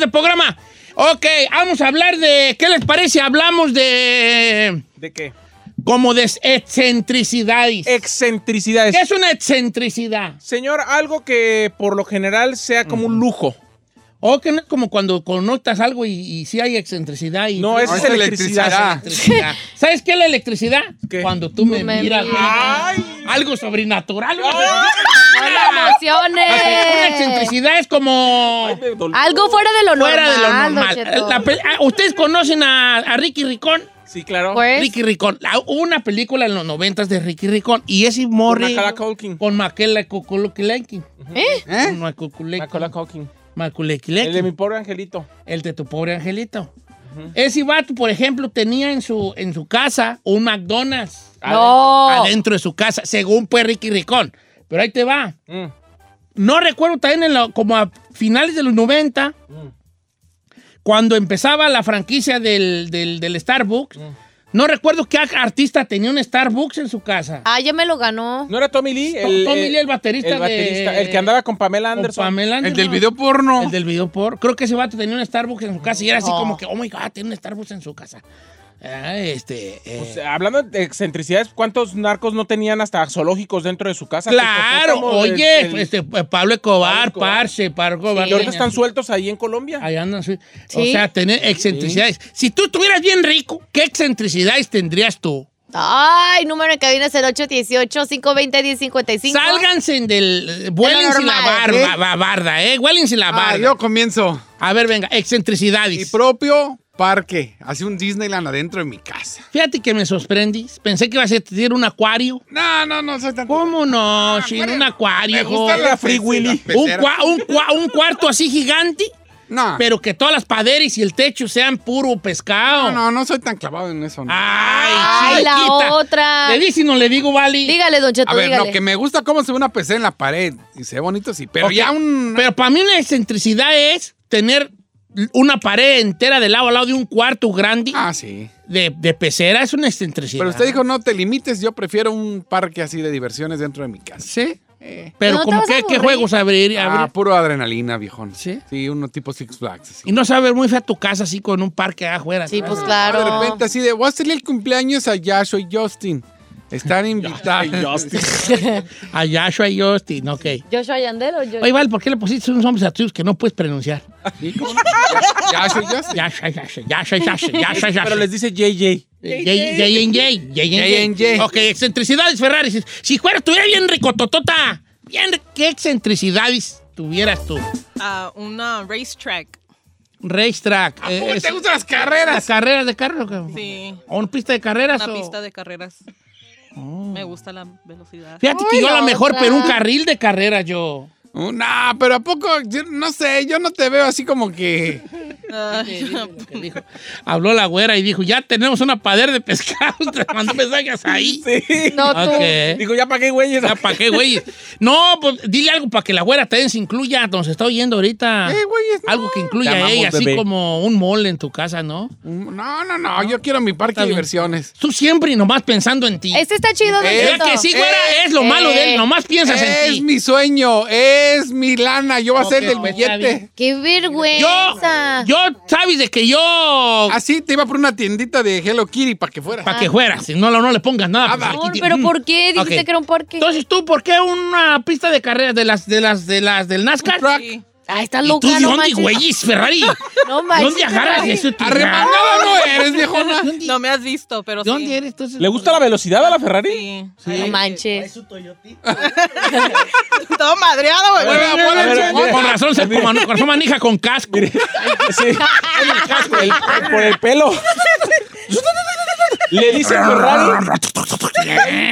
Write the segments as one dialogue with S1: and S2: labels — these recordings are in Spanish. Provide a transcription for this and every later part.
S1: de programa. Ok, vamos a hablar de. ¿Qué les parece? Hablamos de.
S2: ¿De qué?
S1: Como de excentricidades.
S2: Excentricidades.
S1: ¿Qué es una excentricidad?
S2: Señor, algo que por lo general sea como un lujo.
S1: O que no es como cuando connotas algo y, y sí hay excentricidad. Y
S2: No, esa es
S3: esa
S2: electricidad.
S1: Electricidad. ¿Sabes qué es la electricidad?
S2: ¿Qué?
S1: Cuando tú me,
S4: me
S1: miras.
S4: miras.
S2: ¡Ay!
S1: Algo sobrenatural. güey.
S4: ¡No la
S1: Una
S4: emociones!
S1: excentricidad es como
S2: Ay, me dolió.
S4: Algo fuera de lo
S1: fuera de lo
S4: normal.
S1: normal. La pe- ah, ¿Ustedes conocen a, a Ricky Ricón?
S2: Sí, claro.
S4: Pues,
S1: Ricky Ricón. La- Hubo una película en los noventas de Ricky Ricón y ese morri
S2: Macaulay Culkin.
S1: con Maquela Cuculequi.
S3: ¿Eh?
S2: Macaulay Culkin. El de mi
S1: Maculequilequi.
S2: pobre angelito.
S1: El de tu pobre angelito. Ese vato, por ejemplo, tenía en su, en su casa un McDonald's.
S2: Ah.
S4: No.
S1: Adentro de su casa, según pues Ricky Ricón. Pero ahí te va.
S2: Mm.
S1: No recuerdo también en la- como a finales de los 90, cuando empezaba la franquicia del, del- del
S2: Mm.
S1: Starbucks. No recuerdo qué artista tenía un Starbucks en su casa.
S4: Ah, ya me lo ganó.
S2: ¿No era Tommy Lee? eh,
S1: Tom- Tommy Lee, el baterista
S2: El baterista.
S1: de-
S2: El que andaba con Pamela
S1: Con
S2: Anderson.
S1: Pamela
S3: El
S1: Anderson.
S3: del video porno.
S1: El del video por. Creo que ese vato tenía un Starbucks en su casa y era así
S4: No.
S1: como que, oh my god, tiene un Starbucks en su casa. Ah, este. eh,
S2: Pues, hablando de excentricidades, ¿cuántos narcos no tenían hasta zoológicos dentro de su casa?
S1: claro,
S2: Como el-
S1: oye,
S2: el-
S1: este, Pablo Escobar,
S2: Pablo Escobar.
S1: Parche, Pablo Escobar.
S2: y ahorita
S1: tenía-
S2: están sueltos ahí en Colombia.
S1: Ahí andan, sí. O
S4: Sí.
S1: sea, tener excentricidades. Si tú estuvieras bien rico, ¿qué excentricidades tendrías tú?
S4: Ay, número en cabina es el 818-520-1055.
S1: Sálganse del. Vuelen sin la
S4: normal,
S1: barba, ba- barda, ¿eh? Vuelen sin la
S3: Ah,
S1: barda.
S3: yo comienzo.
S1: A ver, venga,
S3: Mi
S1: excentricidades.
S3: propio parque. Así un Disneyland adentro de mi casa.
S1: Fíjate que me sorprendí. Pensé que ibas a tener un acuario.
S3: No, no, no soy tan.
S1: ¿Cómo
S4: Ah,
S1: no? Sin un acuario.
S3: Me gusta
S1: hijo.
S3: la
S2: Free
S3: Free
S2: Willy.
S3: Willy.
S1: un, cua- un cua- un cuarto así gigante,
S4: Ah.
S3: No,
S1: pero que todas las paredes y el techo sean puro pescado.
S3: no, no, no soy tan clavado en eso. no.
S1: Ay,
S4: Ay, la
S1: chiquita.
S4: otra.
S1: Le di si no le digo, Vali.
S4: Dígale, don Cheto,
S3: A ver,
S4: dígale.
S3: no, que me gusta cómo se ve una PC en la pared. Y se ve bonito, sí. Pero
S1: Ok,
S3: ya un.
S1: Pero para mí una excentricidad es tener una pared entera de lado a lado de un cuarto grande
S3: Ah, sí.
S1: de, de pecera. Es una excentricidad.
S3: Pero usted dijo, no te limites, yo prefiero un parque así de diversiones dentro de mi casa.
S1: Sí. Pero
S4: ¿No te
S1: como
S4: vas a
S1: que, ¿qué
S4: aburrir?
S1: juegos abrir?
S3: eh. Ah,
S1: abrir?
S3: puro adrenalina, viejón.
S1: ¿Sí?
S3: Sí, uno tipo Six Flags. así.
S1: y no saber muy fea tu casa así con un parque afuera.
S4: Sí,
S1: ¿no?
S4: pues
S3: Ah,
S4: claro.
S3: De repente así de, voy a hacerle el cumpleaños allá, soy Justin. Están invitados.
S1: A Yashua y Justin, ok.
S4: Joshua Yandel o yo.
S1: Oye, Val, ¿por qué le pusiste unos nombres a tuyos que no puedes pronunciar?
S3: Sí, ¿cómo no? Ya- ya soy Justin.
S1: Yashua, Yashua, Yashua, Yashua, Yashua, Yashua.
S2: Pero les dice JJ.
S1: J- J&J, J&J.
S3: J&J.
S1: Ok, excentricidades, Ferrari. Si, si fuera, estuviera bien ricototota. Bien, ri- ¿qué excentricidades tuvieras tú?
S5: Ah, una racetrack.
S1: Racetrack. eh, es-
S3: ¿Te gustan las carreras?
S1: ¿Carreras de carro? cabrón?
S5: Sí.
S1: ¿O una pista de carreras?
S5: Una
S1: o-
S5: pista de carreras.
S2: Oh.
S5: Me gusta la velocidad.
S1: Fíjate que
S4: Ay,
S1: yo a
S4: la
S1: lo mejor,
S4: otra.
S1: pero un carril de carreras yo.
S3: Uh, No, pero ¿a poco? Yo no sé, yo no te veo así como que...
S5: Ah,
S1: Lo que dijo. Habló la güera y dijo, ya tenemos una padera de pescado. Te mandó mensajes ahí.
S4: No, tú.
S1: Ah, Ok.
S2: Digo, ya para qué, güeyes.
S1: ¿Para qué, güey? No, pues dile algo para que la güera también se incluya, donde se está oyendo ahorita.
S3: Eh, güeyes, no.
S1: Algo que incluya
S2: Te
S1: a
S2: amamos,
S1: ella, así
S2: bebé.
S1: como un mall en tu casa, ¿no?
S3: No, no, no, yo quiero mi parque de
S1: bien.
S3: diversiones.
S1: Tú siempre y nomás pensando en ti.
S4: Este está chido, don
S3: Eh,
S1: Es
S4: Cheto.
S1: que sí, güera,
S3: Eh,
S1: es lo malo de él,
S4: eh.
S1: nomás piensas en
S3: Es
S1: ti.
S3: mi sueño, es mi lana, yo voy a
S1: Ok,
S3: ser del
S1: pues, está bien.
S3: billete.
S4: Qué
S1: Yo,
S4: vergüenza.
S1: yo, sabes de que yo,
S3: Así te iba por una tiendita de Hello Kitty para que fuera.
S1: para que fuera, si no, no no le pongas nada.
S3: Nada.
S1: pues,
S4: No,
S1: aquí te-
S4: pero
S1: Mm.
S4: ¿por qué? Dijiste
S1: Ok.
S4: que era un parque.
S1: Entonces tú, ¿por qué una pista de carreras de las, de las, de las del NASCAR?
S5: sí.
S4: Ay, Ah, estás
S1: ¿Y
S4: loca,
S1: tú de
S4: no
S1: dónde,
S4: manches.
S1: güeyes, Ferrari?
S4: No
S1: ¿De
S4: manches.
S1: ¿Dónde agarras eso? tú?
S3: Arremangada no eres, viejona.
S1: ¿De dónde-
S5: No me has visto, pero
S1: de dónde
S5: sí.
S1: eres? Entonces,
S2: ¿Le gusta la velocidad a la Ferrari?
S5: Sí.
S4: No manches.
S5: Todo madreado, güey.
S3: Vuelve, vuelve,
S2: a ver,
S3: vuelve.
S1: Con razón se como, con razón manija con casco.
S2: Sí. El- por el pelo. Le dice Ferrari,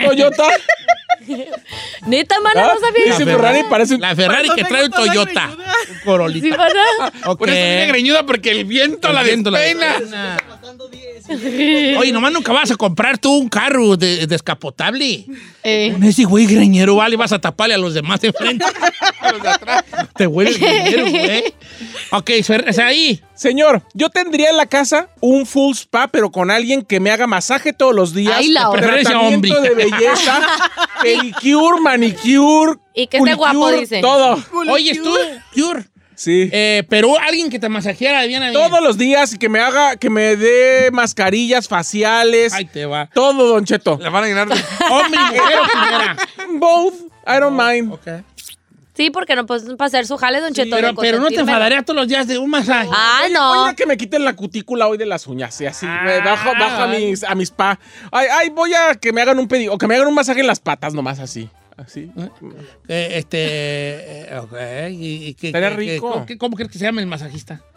S2: Toyota.
S4: Neta, mana,
S2: ¿ah?
S4: no sabía
S2: Dice
S4: eso.
S2: Ferrari, parece un...
S1: La Ferrari que trae un Toyota. Un
S4: Sí,
S1: Corolita.
S4: mana.
S1: Ok.
S3: Por eso viene greñuda porque el viento la
S1: Entiendo la
S3: despeina.
S1: pena. Oye, nomás nunca vas a comprar tú un carro de- descapotable.
S4: Eh,
S1: Con ese güey greñero, vale, vas a taparle a los demás de frente. Te vuelves greñero, güey. Ok, Fer- es ahí.
S2: Señor, yo tendría en la casa un full spa, pero con alguien que me haga masaje todos los días.
S4: Ay, la
S2: De
S1: preferencia
S2: tratamiento
S1: hombre.
S2: de belleza, pedicure, manicure.
S4: Y que esté guapo,
S2: culicure,
S4: dice.
S2: Todo.
S1: Oye, tú, Cure,
S2: Sí.
S1: Eh, pero alguien que te masajeara de bien a bien.
S2: Todos los días y que me haga, que me dé mascarillas faciales.
S1: Ahí te va.
S2: Todo, Don Cheto.
S3: La van a llenar de...
S1: Hombre, mujer o quimera.
S2: Both. I don't mind.
S1: Ok.
S4: Sí, porque no puedes pasar su jale, don Cheto.
S1: Pero,
S4: de
S1: pero no te
S4: consentirme.
S1: enfadarías todos los días de un masaje.
S4: Ah,
S2: Oye,
S4: no.
S2: mira que me quiten la cutícula hoy de las uñas. Y así,
S1: Ah,
S2: me bajo, bajo a
S1: ay.
S2: mis, a mis pa. Ay, ay, voy a que me hagan un pedido. O que me hagan un masaje en las patas nomás, así. Así.
S1: Eh, este. eh, ok. ¿Y, y qué-
S2: Estaría
S1: qué- qué-
S2: rico.
S1: ¿cómo, qué- cómo crees que se llama el masajista?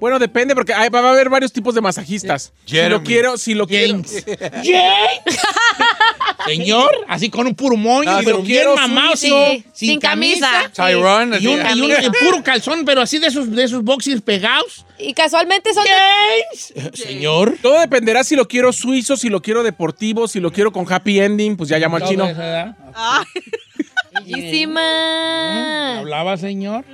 S2: Bueno, depende, porque hay- va a haber varios tipos de masajistas. Si
S3: Jeremy.
S2: lo quiero, si lo
S1: James.
S2: quiero.
S1: ¡James! Señor, así con un puro moño,
S2: Ah,
S1: pero
S2: pero
S1: bien
S2: quiero
S1: mamado,
S2: sucio.
S1: sin, sin
S4: Sin
S1: camisa.
S4: camisa.
S1: Y
S3: Tyrone. así,
S1: un,
S3: ah.
S1: y un-
S4: Camisa.
S1: y puro calzón, pero así de esos, de esos boxers pegados.
S4: Y casualmente son de-
S1: ¡James! Señor.
S2: Todo dependerá si lo quiero suizo, si lo quiero deportivo, si lo quiero con happy ending, pues ya llamo al
S1: Todo
S2: chino.
S1: eso, ¿verdad?
S4: bellísimas.
S1: Hablaba, señor.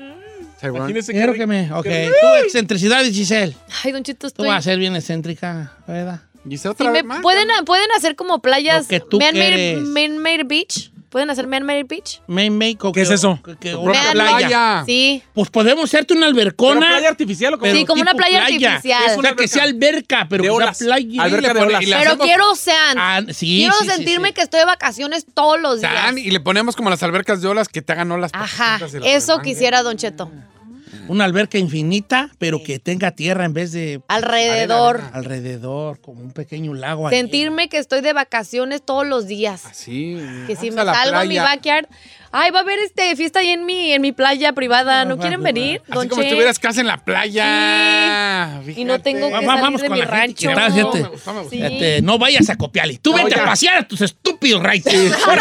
S3: Tyrone.
S2: Imagínese qué
S1: Quiero
S2: rico.
S1: que me. Ok. Tu excentricidad, Giselle.
S4: Ay, don Cheto,
S1: Tú
S4: estoy...
S1: vas a ser bien excéntrica, ¿verdad?
S3: ¿Y se
S4: Sí,
S3: otra
S4: me-
S3: vez más?
S4: ¿pueden, ¿Pueden hacer como playas
S1: Lo que tú
S4: man-made
S1: quieres.
S4: man-made Beach? ¿Pueden hacer Man-Made Beach?
S1: Main make o
S2: ¿Qué es
S1: que-
S2: eso?
S1: que- que-
S3: Propia
S1: una
S4: Vean,
S1: playa.
S3: playa.
S4: Sí.
S1: Pues podemos hacerte una
S2: ¿Pero
S1: albercona.
S2: playa artificial o como?
S1: pero
S4: Sí, como una
S1: tipo
S4: playa artificial.
S1: Es una
S2: Es una
S1: que sea alberca, pero
S2: De
S1: que sea
S2: olas.
S1: playa.
S2: Alberca
S1: Y le
S2: de
S1: pone-
S2: olas.
S1: y la
S4: Pero
S1: hacemos-
S4: quiero sean.
S1: Ah, sí,
S4: quiero
S1: sí, sí,
S4: sentirme
S1: sí.
S4: que estoy de vacaciones todos los días.
S3: Tan, y le ponemos como las albercas de olas que te hagan olas.
S4: Ajá,
S3: papitas y las
S4: eso
S3: remangues.
S4: quisiera Don Cheto.
S1: Una alberca infinita, pero que tenga tierra en vez de
S4: Alrededor.
S1: alrededor, como un pequeño lago. ahí.
S4: Sentirme que estoy de vacaciones todos los días.
S3: Así.
S4: Que si me
S3: Ah, vamos a la
S4: salgo a mi
S3: playa.
S4: backyard, ay, va a haber este fiesta ahí en mi, en mi playa
S3: Ah,
S4: privada.
S1: No,
S4: ¿No
S1: va,
S4: quieren
S1: va,
S4: venir?
S3: Así
S4: Don
S3: como si
S4: Che?
S3: tuvieras casa en la playa.
S4: Y no tengo que
S1: Va- va-
S4: salir
S1: vamos
S4: de
S1: con
S4: mi
S1: la gente que
S4: rancho.
S1: está, gente.
S3: Me gustó, me gustó.
S4: Sí.
S1: Este, no vayas a copiarle. Tú vete
S2: ya.
S1: a pasear a tus estúpidos raites. Corre,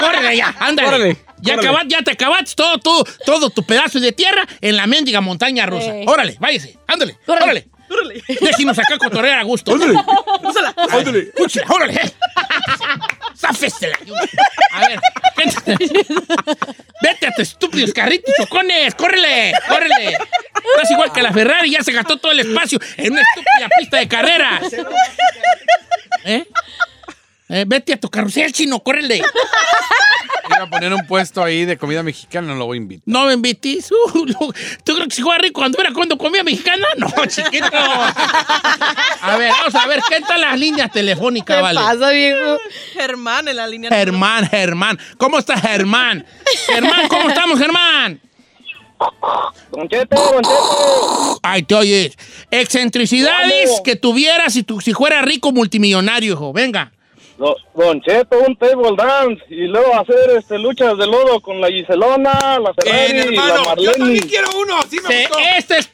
S1: Córrele ya, ándale.
S2: Córrele,
S1: ya,
S2: córrele.
S1: acaba- ya te acabaste todo, todo, todo tu pedazo de tierra en la mendiga montaña rusa.
S4: Sí.
S1: Órale, váyase, ándale,
S4: Córrele.
S1: órale.
S5: Órale.
S1: Déjenos acá cotorrear a gusto.
S5: Úsala.
S1: ¡Ándale! ¡Escúchela! ¡Órale! eh! ¡Záfesela! A ver, vete. Vete a tus estúpidos carritos, chocones. ¡Córrele! ¡Córrele! Estás igual que la Ferrari, ya se gastó todo el espacio en una estúpida pista de carrera. ¿Eh? Eh, vete a tu carrusel, chino, córrele.
S3: Iba a poner un puesto ahí de comida mexicana, no lo voy a invitar.
S1: No me invites. Uh, no. ¿Tú crees que si jugaba rico cuando era cuando comía mexicana? No, chiquito. A ver, vamos a ver, ¿qué tal las líneas telefónicas,
S4: ¿Qué
S1: vale?
S4: pasa, viejo?
S5: Germán en la línea.
S1: Germán, Germán. ¿Cómo está Germán? Germán, ¿cómo estamos, Germán?
S6: Don Cheto, Don Cheto.
S1: Ay, te oyes. Excentricidades que tuvieras si, tu, si fuera rico multimillonario, hijo. Venga.
S6: Do- Don Cheto, un table dance y luego hacer este luchas de lodo con la Giselona, la Ferrari,
S3: ¡Eh,
S6: la
S3: hermano! ¡Yo
S6: Marlene.
S3: también quiero uno! ¡Sí me
S1: Se-
S3: gustó!
S1: Esta Eh, este es,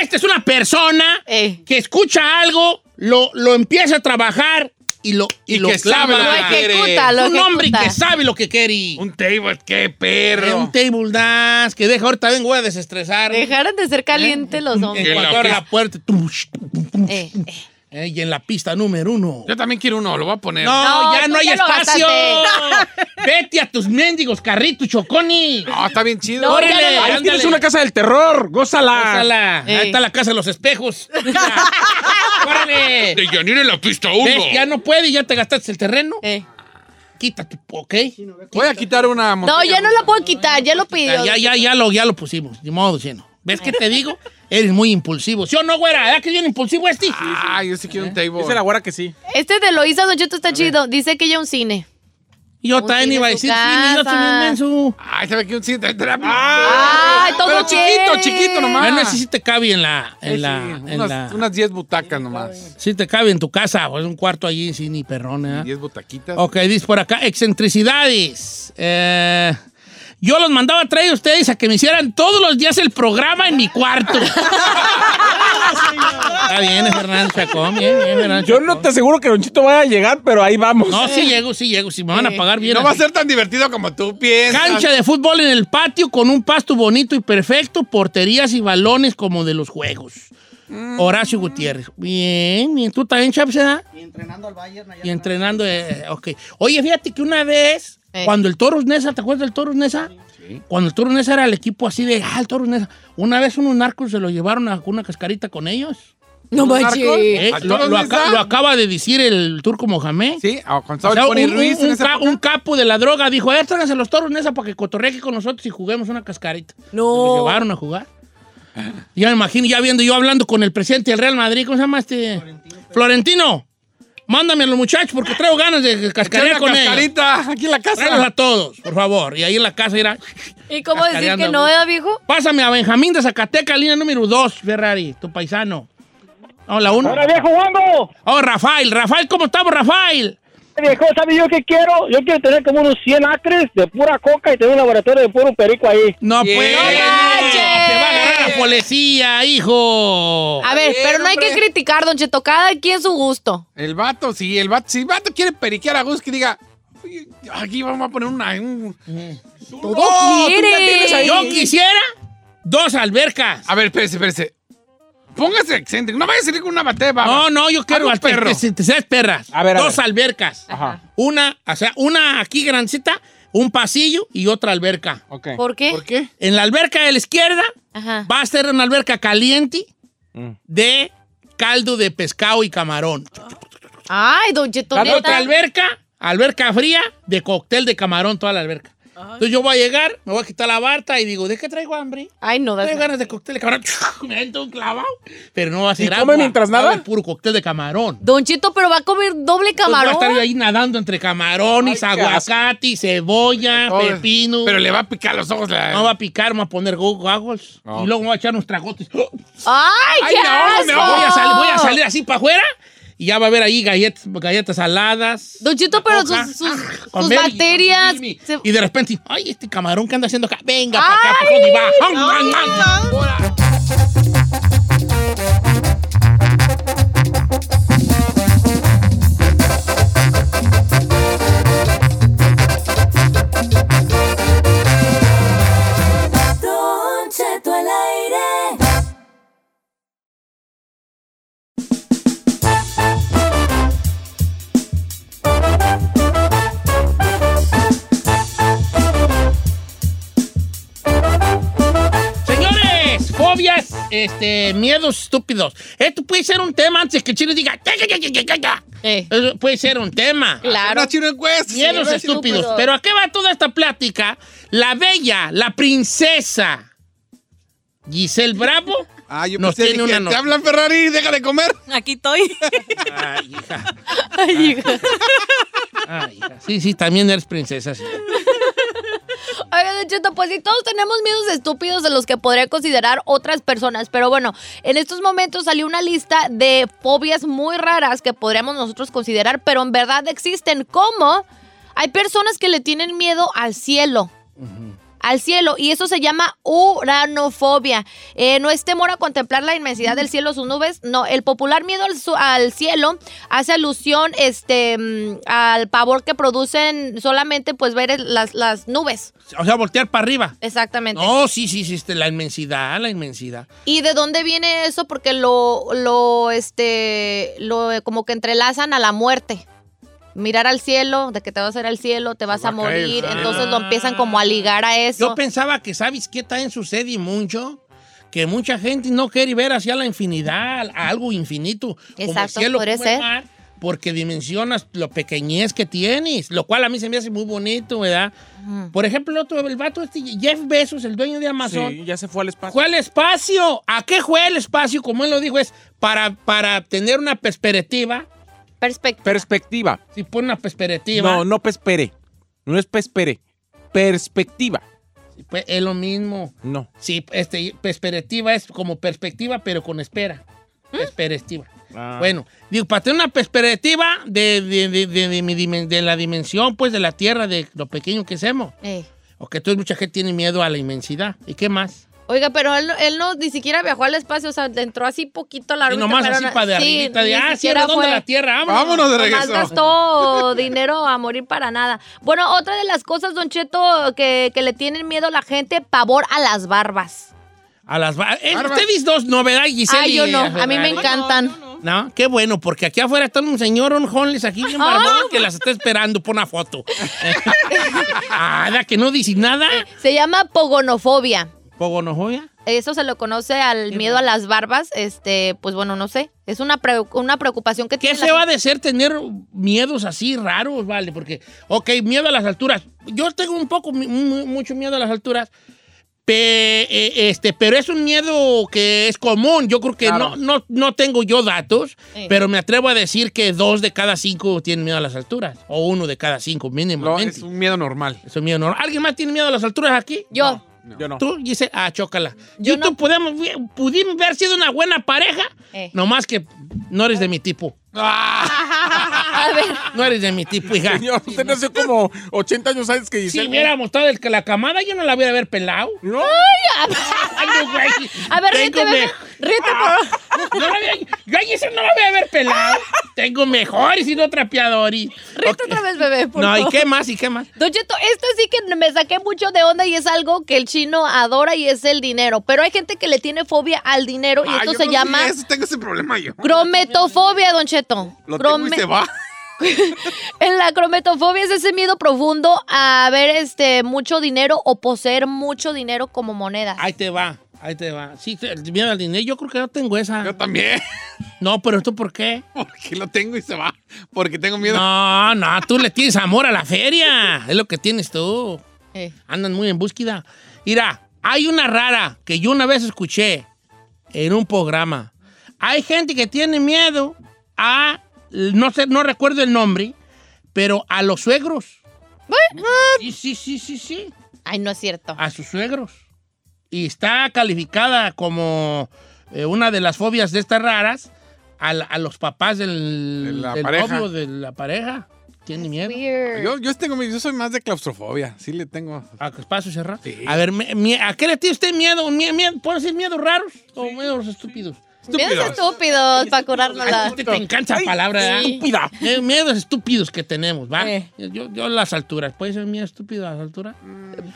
S1: esta es una persona
S4: Eh.
S1: que escucha algo, lo, lo empieza a trabajar y lo, y
S3: Y
S1: lo
S3: que sabe
S1: clava.
S3: lo que
S4: Lo
S3: quiere.
S4: ejecuta, lo
S1: un hombre
S4: ejecuta.
S1: que sabe lo que quiere.
S3: Un table, qué
S1: Es
S3: perro.
S1: Un table dance que deja ahorita, vengo voy a desestresar.
S4: Dejaron de ser
S3: Eh,
S4: calientes los
S1: En
S4: hombres.
S1: cuanto abre la puerta, tush, tum, tum,
S4: Eh, eh.
S1: eh, y en la pista número uno.
S3: Yo también quiero uno, lo voy a poner.
S1: No,
S4: No,
S1: ya
S4: tú
S1: no hay
S4: ya lo
S1: espacio. Vete a tus mendigos carritos, Choconi.
S3: No, está bien chido.
S4: No,
S1: Órale,
S4: ya no.
S2: Ahí
S1: ándale.
S2: tienes una casa del terror. Gózala.
S1: Gózala.
S4: Eh.
S1: Ahí está la casa de los espejos. Órale.
S3: De Janine en la pista uno.
S1: ¿Ves? Ya no puede, ya te gastaste el terreno.
S4: eh.
S1: Quita tu, ¿ok?
S3: Voy a quitar una
S4: No,
S3: montaña.
S4: ya no la puedo quitar, ya lo pidió.
S1: Ya, ya, ya lo, ya lo pusimos. Ni modo, chino. ¿Ves qué te digo? Eres muy impulsivo. ¿Sí o no, güera? ¿Verdad que es bien impulsivo este?
S3: Ah, yo sí quiero un
S2: Dice la
S3: table.
S2: güera que sí.
S4: Este de Loisa Don Cheto está chido. Dice que ya un cine.
S1: Yo
S4: Un
S1: también
S4: cine
S1: iba a
S4: en
S1: decir,
S4: tu
S1: sí, yo soy bien
S4: casa.
S1: menso.
S3: Ay, sabe que un cine.
S1: Ah.
S4: Ay, todo
S3: Ah, Pero chiquito,
S4: quiere.
S3: chiquito nomás.
S1: Bueno, ese sí te cabe en la...
S3: Sí,
S1: En la,
S3: sí,
S1: en la-
S3: unas, unas 10 butacas nomás.
S1: Sí te cabe en tu casa, o en un cuarto allí, sin ni perrón, ¿eh?
S3: 10 butaquitas.
S1: Ok, dice por acá, excentricidades. Eh, yo los mandaba a traer a ustedes a que me hicieran todos los días el programa en mi cuarto. Está bien, es Fernando Chacón, bien, bien, Fernando
S2: Yo no
S1: Chacón.
S2: te aseguro que Don Chito vaya a llegar, pero ahí vamos.
S1: No, sí llego, sí llego, si me van a pagar bien.
S3: No va a
S1: así.
S3: ser tan divertido como tú piensas.
S1: Cancha de fútbol en el patio con un pasto bonito y perfecto, porterías y balones como de los juegos. Horacio Gutiérrez. Bien, bien. ¿Tú también, Chaps, eh?
S7: Y entrenando al Bayern allá
S1: Y entrenando, eh, ok. Oye, fíjate que una vez,
S4: Eh.
S1: cuando el Toros Nesa, ¿te acuerdas del Toros Nesa? Cuando el Toros Nesa era el equipo así de, ah, el Toros Nesa. Una vez unos narcos se lo llevaron a una cascarita con ellos.
S4: No manches.
S1: Eh,
S3: ¿A
S1: Lo,
S3: todos
S1: lo
S3: les
S1: aca-
S3: da?
S1: lo acaba de decir el turco Mohamed.
S3: Sí, o con
S1: O
S3: Saúl
S1: sea,
S3: Pony
S1: un,
S3: Ruiz
S1: un-
S3: en
S1: un
S3: esa
S1: ca-
S3: época.
S1: un capo de la droga dijo, eh, tráiganse los toros en esa para que cotorree aquí con nosotros y juguemos una cascarita. Nos
S4: No.
S1: llevaron a jugar. Ya me imagino, ya viendo yo hablando con el presidente del Real Madrid, ¿cómo se llama este? Florentino. Mándame a los muchachos porque traigo ganas de cascarear
S3: Echar
S1: con
S3: la
S1: ellos.
S3: cascarita aquí en la
S1: Tráelos a
S3: casa.
S1: todos, por favor. Y ahí en la casa era...
S4: ¿Y cómo decir que no, eh, viejo?
S1: Pásame a Benjamín de Zacatecas, línea número 2, Ferrari, tu paisano. Hola, uno.
S6: Ahora viejo jugando.
S1: Oh, Rafael, Rafael, ¿cómo estamos, Rafael?
S6: Viejo, ¿sabes yo qué quiero? Yo quiero tener como unos 100 acres de pura coca y tener un laboratorio de puro perico ahí.
S1: No, pues.
S2: ¡No
S4: manches!
S1: Te va a agarrar la policía, hijo.
S4: A ver,
S3: bien,
S4: pero no hay que
S3: hombre.
S4: criticar, don Cheto. Cada quien su gusto.
S3: El vato, sí, el vato. Si el vato quiere periquear a Gus, que diga. "Oye, Aquí vamos a poner una. un-
S4: ¿Tú
S2: no, tú ya
S4: quieres?
S2: tienes ahí.
S1: Yo quisiera dos albercas.
S3: A ver, espérese, espérese. Póngase excéntrico. No vaya a salir con una batea, va.
S1: No, no, yo quiero
S3: Algo
S1: hasta
S3: perro.
S1: que se- te seas perras.
S2: A ver, a
S1: dos
S2: ver.
S1: albercas.
S2: Ajá.
S1: Una, o sea, una aquí grandecita, un pasillo y otra alberca.
S2: Ok.
S4: ¿Por qué?
S3: ¿Por qué?
S1: En la alberca de la izquierda
S4: Ajá.
S1: va a ser una alberca caliente
S2: Mm.
S1: de caldo de pescado y camarón.
S4: Ay, don Cheto,
S1: La
S4: neta.
S1: otra alberca, alberca fría, de cóctel de camarón, toda la alberca. Entonces yo voy a llegar, me voy a quitar la barta y digo, ¿de qué traigo hambre?
S4: Ay, no, das.
S1: Traigo ganas de cóctel de camarón. Me meto un clavado. Pero no va a ser
S2: ¿Y come
S1: agua.
S2: mientras nada?
S1: Va a haber puro cóctel de camarón.
S4: Don Cheto, pero va a comer doble
S1: Entonces Voy Pues a estar yo
S4: camarón.
S1: ahí nadando entre camarones,
S2: Ay, qué
S1: aguacate, cebolla,
S3: Pobre.
S1: pepino.
S3: Pero le va a picar los ojos. La...
S1: No va a picar, me va a poner go- goggles.
S3: No.
S1: Y luego me va a echar unos tragotes.
S4: Ay,
S1: ¡Ay,
S4: qué
S1: me ahogo, me ahogo! Voy a, sal-
S4: asco!
S1: voy a salir así para afuera y ya va a haber ahí galletas, galletas saladas.
S4: Don Cheto, pero
S1: Coca,
S4: sus, sus,
S1: ah,
S4: sus
S1: comer y-
S4: bacterias.
S1: y- Y,
S4: se-
S1: y de repente, ay, este camarón que anda haciendo acá. Venga, para acá, pa' acá, y va. ¡Am, am, am! Ahora. Señores, fobias, este, miedos estúpidos. Esto puede ser un tema antes que Chile diga. "Ya, ya, ya, ya, ya, ya".
S4: Eh,
S1: Eso puede ser un tema.
S4: claro.
S3: Una chino encuesta.
S1: Miedos
S4: Sí,
S1: estúpidos.
S4: estúpido.
S1: Pero ¿a qué va toda esta plática? La bella, la princesa Giselle Bravo
S3: Ah, yo
S1: nos
S3: pensé
S1: tiene
S3: dije,
S1: una
S3: Te
S1: nota.
S3: hablan Ferrari, déjale comer.
S5: Aquí estoy.
S1: Ay, hija. Ah.
S4: Ay, hija.
S1: Ay, hija. Sí, sí, también eres princesa. sí.
S4: Oiga, Don Cheto, pues sí, todos tenemos miedos estúpidos de los que podría considerar otras personas. Pero bueno, en estos momentos salió una lista de fobias muy raras que podríamos nosotros considerar, pero en verdad existen. Como hay personas que le tienen miedo al cielo. Al cielo, y eso se llama uranofobia. Eh, no es temor a contemplar la inmensidad del cielo, sus nubes. No, el popular miedo al, su- al cielo hace alusión este, mm, al pavor que producen solamente pues ver el- las, las nubes.
S1: O sea, voltear para arriba.
S4: Exactamente.
S1: No, sí, sí, sí, este, la inmensidad, la inmensidad.
S4: ¿Y de dónde viene eso? Porque lo, lo, este, lo eh, como que entrelazan a la muerte. Mirar al cielo, de que te vas a ir al cielo, te vas
S3: va
S4: a
S3: a caer,
S4: morir.
S3: ah.
S4: Entonces lo empiezan como a ligar a
S1: Yo
S4: eso.
S1: pensaba que, ¿sabes qué también sucede y mucho? Que mucha gente no quiere ver hacia la infinidad, a algo infinito, como el
S4: Exacto,
S1: cielo,
S4: podría
S1: como el
S4: ser.
S1: mar, porque dimensionas lo pequeñez que tienes, lo cual a mí se me hace muy bonito, ¿verdad?
S4: Ujú.
S1: Por ejemplo, el otro, el vato este, Jeff Bezos, el dueño de Amazon,
S2: Sí, ya se fue al espacio.
S1: fue al espacio. ¿A qué fue el espacio? Como él lo dijo, es para, para tener una perspectiva,
S4: Perspectiva.
S2: Perspectiva.
S1: si pone una perspectiva,
S2: No, no pespere. No es pespere. Perspectiva.
S1: pues, es lo mismo.
S2: No.
S1: Sí, este, perspectiva es como perspectiva, pero con espera.
S4: ¿Mm?
S1: Perspectiva. Bueno, digo, para tener una perspectiva de, de, de, de- de mi dimen- de la dimensión, pues, de la Tierra, de lo pequeño que somos.
S4: Eh.
S1: O que entonces mucha gente tiene miedo a la inmensidad. ¿Y qué más?
S4: Oiga, pero él, no- él no ni siquiera viajó al espacio, o sea, le entró así poquito
S1: Y
S4: la órbita,
S1: nomás
S4: pero
S1: así
S4: no-
S1: para de
S4: sí,
S1: arribita, de,
S4: ni
S1: ah, sí,
S4: siquiera
S1: redonda
S4: fue.
S1: la Tierra, vámonos.
S3: Vámonos de
S4: Nomás
S3: regreso.
S4: gastó dinero a morir para nada. Bueno, otra de las cosas, Don Cheto, que, que le tienen miedo a la gente, pavor a las barbas.
S1: A las ba- eh,
S3: Bárbara.
S1: Ustedes dos, novedad, Giselle.
S4: Ay, Ah, yo
S1: y
S4: no, a mí me
S1: Ferrari.
S4: encantan.
S5: No, no, no.
S1: No, qué bueno, porque aquí afuera está un señor, un homeless, aquí bien barbón, que las está esperando por una foto. Ada, que no dice nada.
S4: Se llama pogonofobia.
S1: ¿Pogonofobia?
S4: Eso se lo conoce al miedo a las barbas. Este, pues bueno, no sé. Es una, pre- una preocupación que
S1: ¿Qué
S4: tiene. la
S1: se va a
S4: gente.
S1: decir tener miedos así raros, vale? Porque, ok, miedo a las alturas. Yo tengo un poco, mi- mu- mucho miedo a las alturas, pe- eh, este, pero es un miedo que es común. Yo creo que no, no, no tengo yo datos,
S5: Sí.
S1: pero me atrevo a decir que dos de cada cinco tienen miedo a las alturas, o uno de cada cinco
S3: No,
S1: mínimamente.
S3: es un miedo normal.
S1: Eso es miedo normal. ¿Alguien más tiene miedo a las alturas aquí?
S4: Yo.
S2: Yo no.
S1: Tú dices, ah, chócala.
S4: Yo
S1: Yo tú podemos, pudimos haber sido una buena pareja,
S4: Eh.
S1: nomás que no eres de mi tipo.
S4: A ver.
S1: No eres de mi tipo, hija.
S2: Señor, usted nació como 80 años antes que
S1: Si
S2: Giselle.
S1: hubiera mostrado el, la camada, yo no la hubiera haber pelado.
S2: No,
S1: Ay, no, güey.
S4: A ver,
S1: Tengo
S4: ríete, bebé.
S1: me- Ah.
S4: Ríete,
S1: No la había- yo a Giselle no la voy a haber pelado. Tengo mejores y no trapeadores.
S4: ríete
S1: Ok.
S4: otra vez, bebé. Por
S1: No, ¿y
S4: favor.
S1: qué más? ¿Y qué más?
S4: Don Cheto, este sí que me saqué mucho de onda y es algo que el chino adora y es el dinero. Pero hay gente que le tiene fobia al dinero y
S3: Ah, yo
S4: esto se
S3: no sé,
S4: llama
S3: eso, tengo ese problema yo.
S4: crometofobia, Don Cheto.
S3: Lo tengo y
S4: Crome-
S3: se va.
S4: En la crometofobia es ese miedo profundo a ver este mucho dinero o poseer mucho dinero como moneda.
S1: Ahí te va, ahí te va. Sí, te- el miedo al dinero, yo creo que no tengo
S3: Yo
S1: esa.
S3: también.
S1: No, pero ¿esto por qué?
S3: Porque lo tengo y se va. Porque tengo miedo.
S1: No, no, tú le tienes amor a la feria. Es lo que tienes tú.
S4: Eh.
S1: Andan muy en búsqueda. Mira, hay una rara que yo una vez escuché en un programa. Hay gente que tiene miedo a, no sé, no recuerdo el nombre, pero a los suegros. Sí, sí, sí, sí, sí.
S4: Ay, no es cierto.
S1: A sus suegros. Y está calificada como eh, una de las fobias de estas raras a, la- a los papás del,
S3: De la
S1: del
S3: pareja.
S1: novio, de la pareja. Tiene miedo.
S4: Weird.
S3: Yo, yo tengo miedo. Yo soy más de claustrofobia. Sí le tengo.
S1: ¿A espacio cerrado?
S3: Sí.
S1: A ver, me- mie- ¿a qué le tiene usted miedo? Mie- mie- ¿Puede ser miedos raros o miedos estúpidos?
S4: Miedos estúpidos para curarnos
S1: Ay,
S4: la.
S1: te, te encanta la palabra,
S4: sí.
S1: Estúpida. Miedos estúpidos que tenemos, ¿va?
S4: Eh.
S1: Yo, yo a las alturas. ¿Puede ser miedo estúpido a las alturas?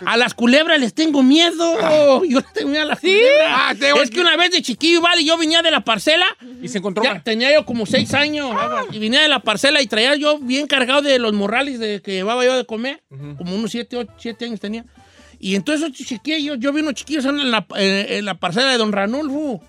S1: A las culebras les tengo miedo. Yo les tengo miedo a las culebras.
S3: Ah, tengo-
S1: es que una vez de chiquillo, vale, yo venía de la parcela.
S2: y se encontró
S1: Ya,
S2: una.
S1: tenía yo como seis años. ¿va? Y venía de la parcela y traía yo bien cargado de los morrales de, que llevaba yo de comer. Como unos siete, ocho, siete años tenía. Y entonces esos chiquillos, yo vi unos chiquillos en la, eh, en la parcela de don Ranulfo.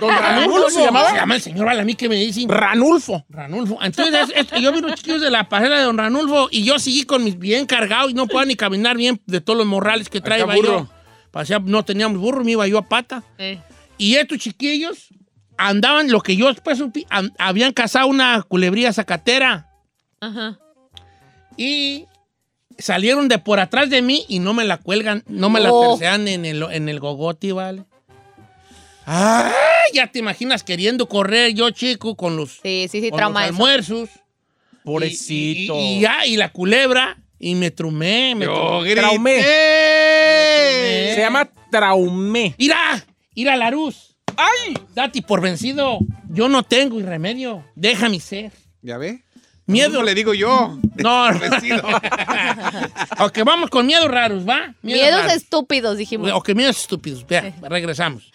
S2: Don Ranulfo se
S1: Se
S2: llamaba.
S1: llama el señor Balamí que me dicen.
S2: Ranulfo.
S1: Ranulfo. Entonces, es- es- yo vi unos chiquillos de la parcela de don Ranulfo y yo seguí con mis bien cargados y no podía ni caminar bien de todos los morrales que traía yo.
S3: burro.
S1: Pasea- no teníamos burro, me iba yo a pata.
S5: Eh.
S1: Y estos chiquillos andaban, lo que yo después supi- an- habían cazado una culebría zacatera
S5: Ajá.
S1: y salieron de por atrás de mí y no me la cuelgan, no me la
S4: No.
S1: tercean en el, en el gogoti, ¿vale? ¡Ah! Ya te imaginas queriendo correr yo, chico, con los,
S4: Sí, sí,
S1: con
S4: sí,
S1: los
S4: trauma eso.
S1: almuerzos.
S2: Pobrecito.
S1: Y, y- y- y ya, y la culebra, y me trumé, me
S3: Yo
S1: trumé.
S3: grité.
S2: Traumé.
S1: Me
S2: Se llama Traumé.
S1: ¡Ira! ¡Ira, Laruz!
S2: ¡Ay!
S1: Dati por vencido. Yo no tengo remedio. Déjame ser.
S3: ¿Ya ve?
S1: Miedo.
S3: ¿Cómo le digo yo?
S1: No,
S3: Vencido.
S1: ok, vamos con miedos raros, ¿va?
S4: Miedos
S1: raros.
S4: estúpidos, dijimos.
S1: Ok, miedos estúpidos. Vea, regresamos.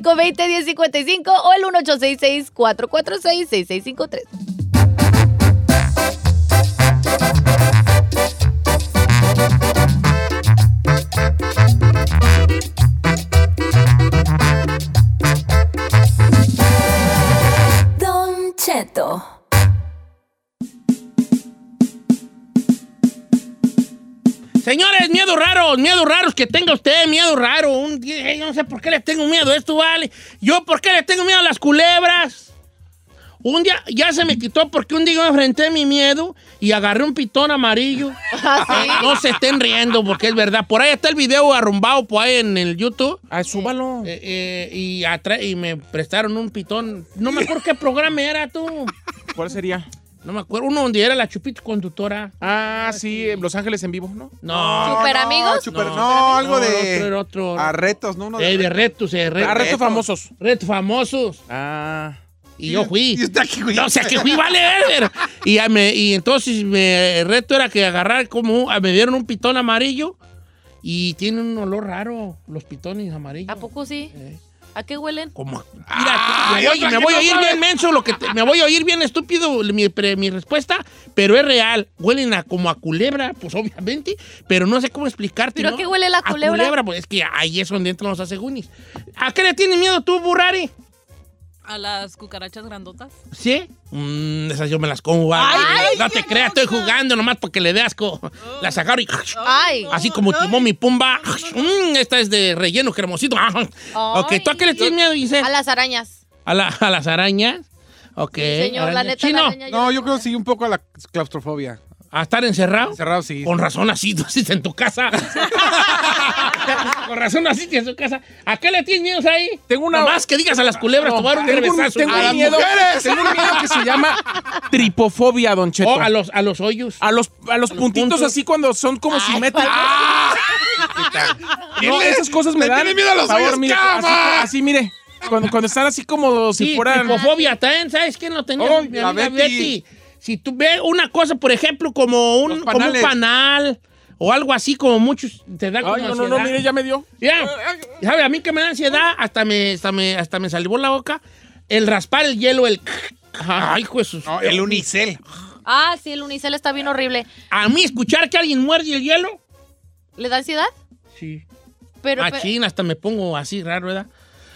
S4: 818-520-1055 o el 1866-446-6653.
S7: Don Cheto.
S1: Señores, miedos raros, miedos raros que tenga usted, miedo raro. Un, eh, yo no sé por qué le tengo miedo a esto, vale. Yo, ¿por qué le tengo miedo a las culebras? Un día ya se me quitó porque un día yo enfrenté mi miedo y agarré un pitón amarillo. Eh, no se estén riendo porque es verdad. Por ahí está el video arrumbado por ahí en el YouTube.
S2: Ah, súbalo.
S1: Eh, eh, y, atra- y me prestaron un pitón. No me acuerdo qué programa era tú.
S2: ¿Cuál sería?
S1: No me acuerdo. Uno donde era la Chupito conductora.
S2: Ah, sí, en Los Ángeles en vivo, ¿no?
S1: No.
S4: Super amigos.
S3: chuper-
S1: No,
S3: Ah, no, algo
S1: no,
S3: de.
S1: era otro, era otro.
S3: A retos, ¿no? Uno
S1: Eh, de retos, eh,
S2: Ah,
S1: retos.
S2: retos
S3: Retos.
S2: famosos.
S1: Retos famosos.
S2: Ah.
S1: Y yo fui.
S3: Y usted aquí, güey.
S1: No, o sea, que fui, vale, ver. Y, ya me- y entonces me- el reto era que agarrar como, un- me dieron un pitón amarillo y tiene un olor raro los pitones amarillos.
S4: ¿A poco sí?
S1: Eh,
S4: ¿A qué huelen?
S1: como, mira, me voy, me voy a oír bien menso, lo que te- me voy a oír bien estúpido mi, pre- mi respuesta, pero es real. Huelen a, como a culebra, pues obviamente, pero no sé cómo explicarte.
S4: ¿Pero
S1: ¿no?
S4: qué huele la
S1: A
S4: culebra?
S1: pues es que ahí es donde entran los asegunis. ¿A qué le tienes miedo tú, Burrari?
S5: A las cucarachas grandotas.
S1: ¿Sí? Mm, esas yo me las como, va.
S5: Ay,
S1: no
S5: qué
S1: te creas, estoy jugando nomás porque le dé asco. Las agarro y...
S4: Oh. Ay.
S1: Así como Timón y Pumba. Mm, esta es de relleno cremosito. Ok, ¿tú a qué le tienes miedo, Giselle?
S4: A las arañas.
S1: ¿A, la- a las arañas? Ok.
S4: Señor, la
S1: ¿Eh? araña.
S4: neta,
S1: Chino,
S4: la araña
S3: No, yo creo que sí, un poco a la claustrofobia.
S1: ¿a estar encerrado?
S3: Cerrado sí.
S1: Con razón así tú haces en tu casa. Con razón así tienes en tu casa. ¿A qué le tienes miedo ahí?
S2: Tengo una-
S1: Nomás que digas a las culebras, tomar un
S2: Tengo un,
S1: revesazo.
S2: tengo
S1: a
S2: un
S1: las
S2: miedo,
S1: mujeres.
S2: tengo un miedo que se llama tripofobia, Don Cheto.
S1: O
S2: Oh, a,
S1: a los, a los hoyos.
S2: los, a los puntitos
S1: puntos.
S2: así cuando son como simétricos. Ah. No, esas cosas me
S3: Le
S2: dan.
S3: tiene miedo a los
S2: pavor,
S3: hoyos,
S2: mire, así,
S3: cama.
S2: así, mire. Cuando, cuando están así como si
S1: Sí,
S2: fueran.
S1: tripofobia también, ¿sabes quién lo tenía?
S3: Oh,
S1: Mi
S3: la
S1: amiga
S3: Betty.
S1: Betty. Si tú ves una cosa, por ejemplo, como un,
S3: Los
S1: como un
S3: panales.
S1: panal o algo así, como muchos, te da como
S2: Ay, no, no, no,
S1: ansiedad.
S2: mire, ya me dio.
S1: Ya, ¿sabe? A mí que me da ansiedad, hasta me, hasta me, hasta me salivó la boca. El raspar el hielo, el... Ay, hijo de sus-
S3: No, el unicel.
S4: Ah, sí, el unicel está bien horrible.
S1: A mí escuchar que alguien muerde el hielo.
S4: ¿Le da ansiedad?
S1: Sí.
S4: Pero,
S3: Ah,
S4: pero-
S1: Machín, hasta me pongo así raro, ¿verdad?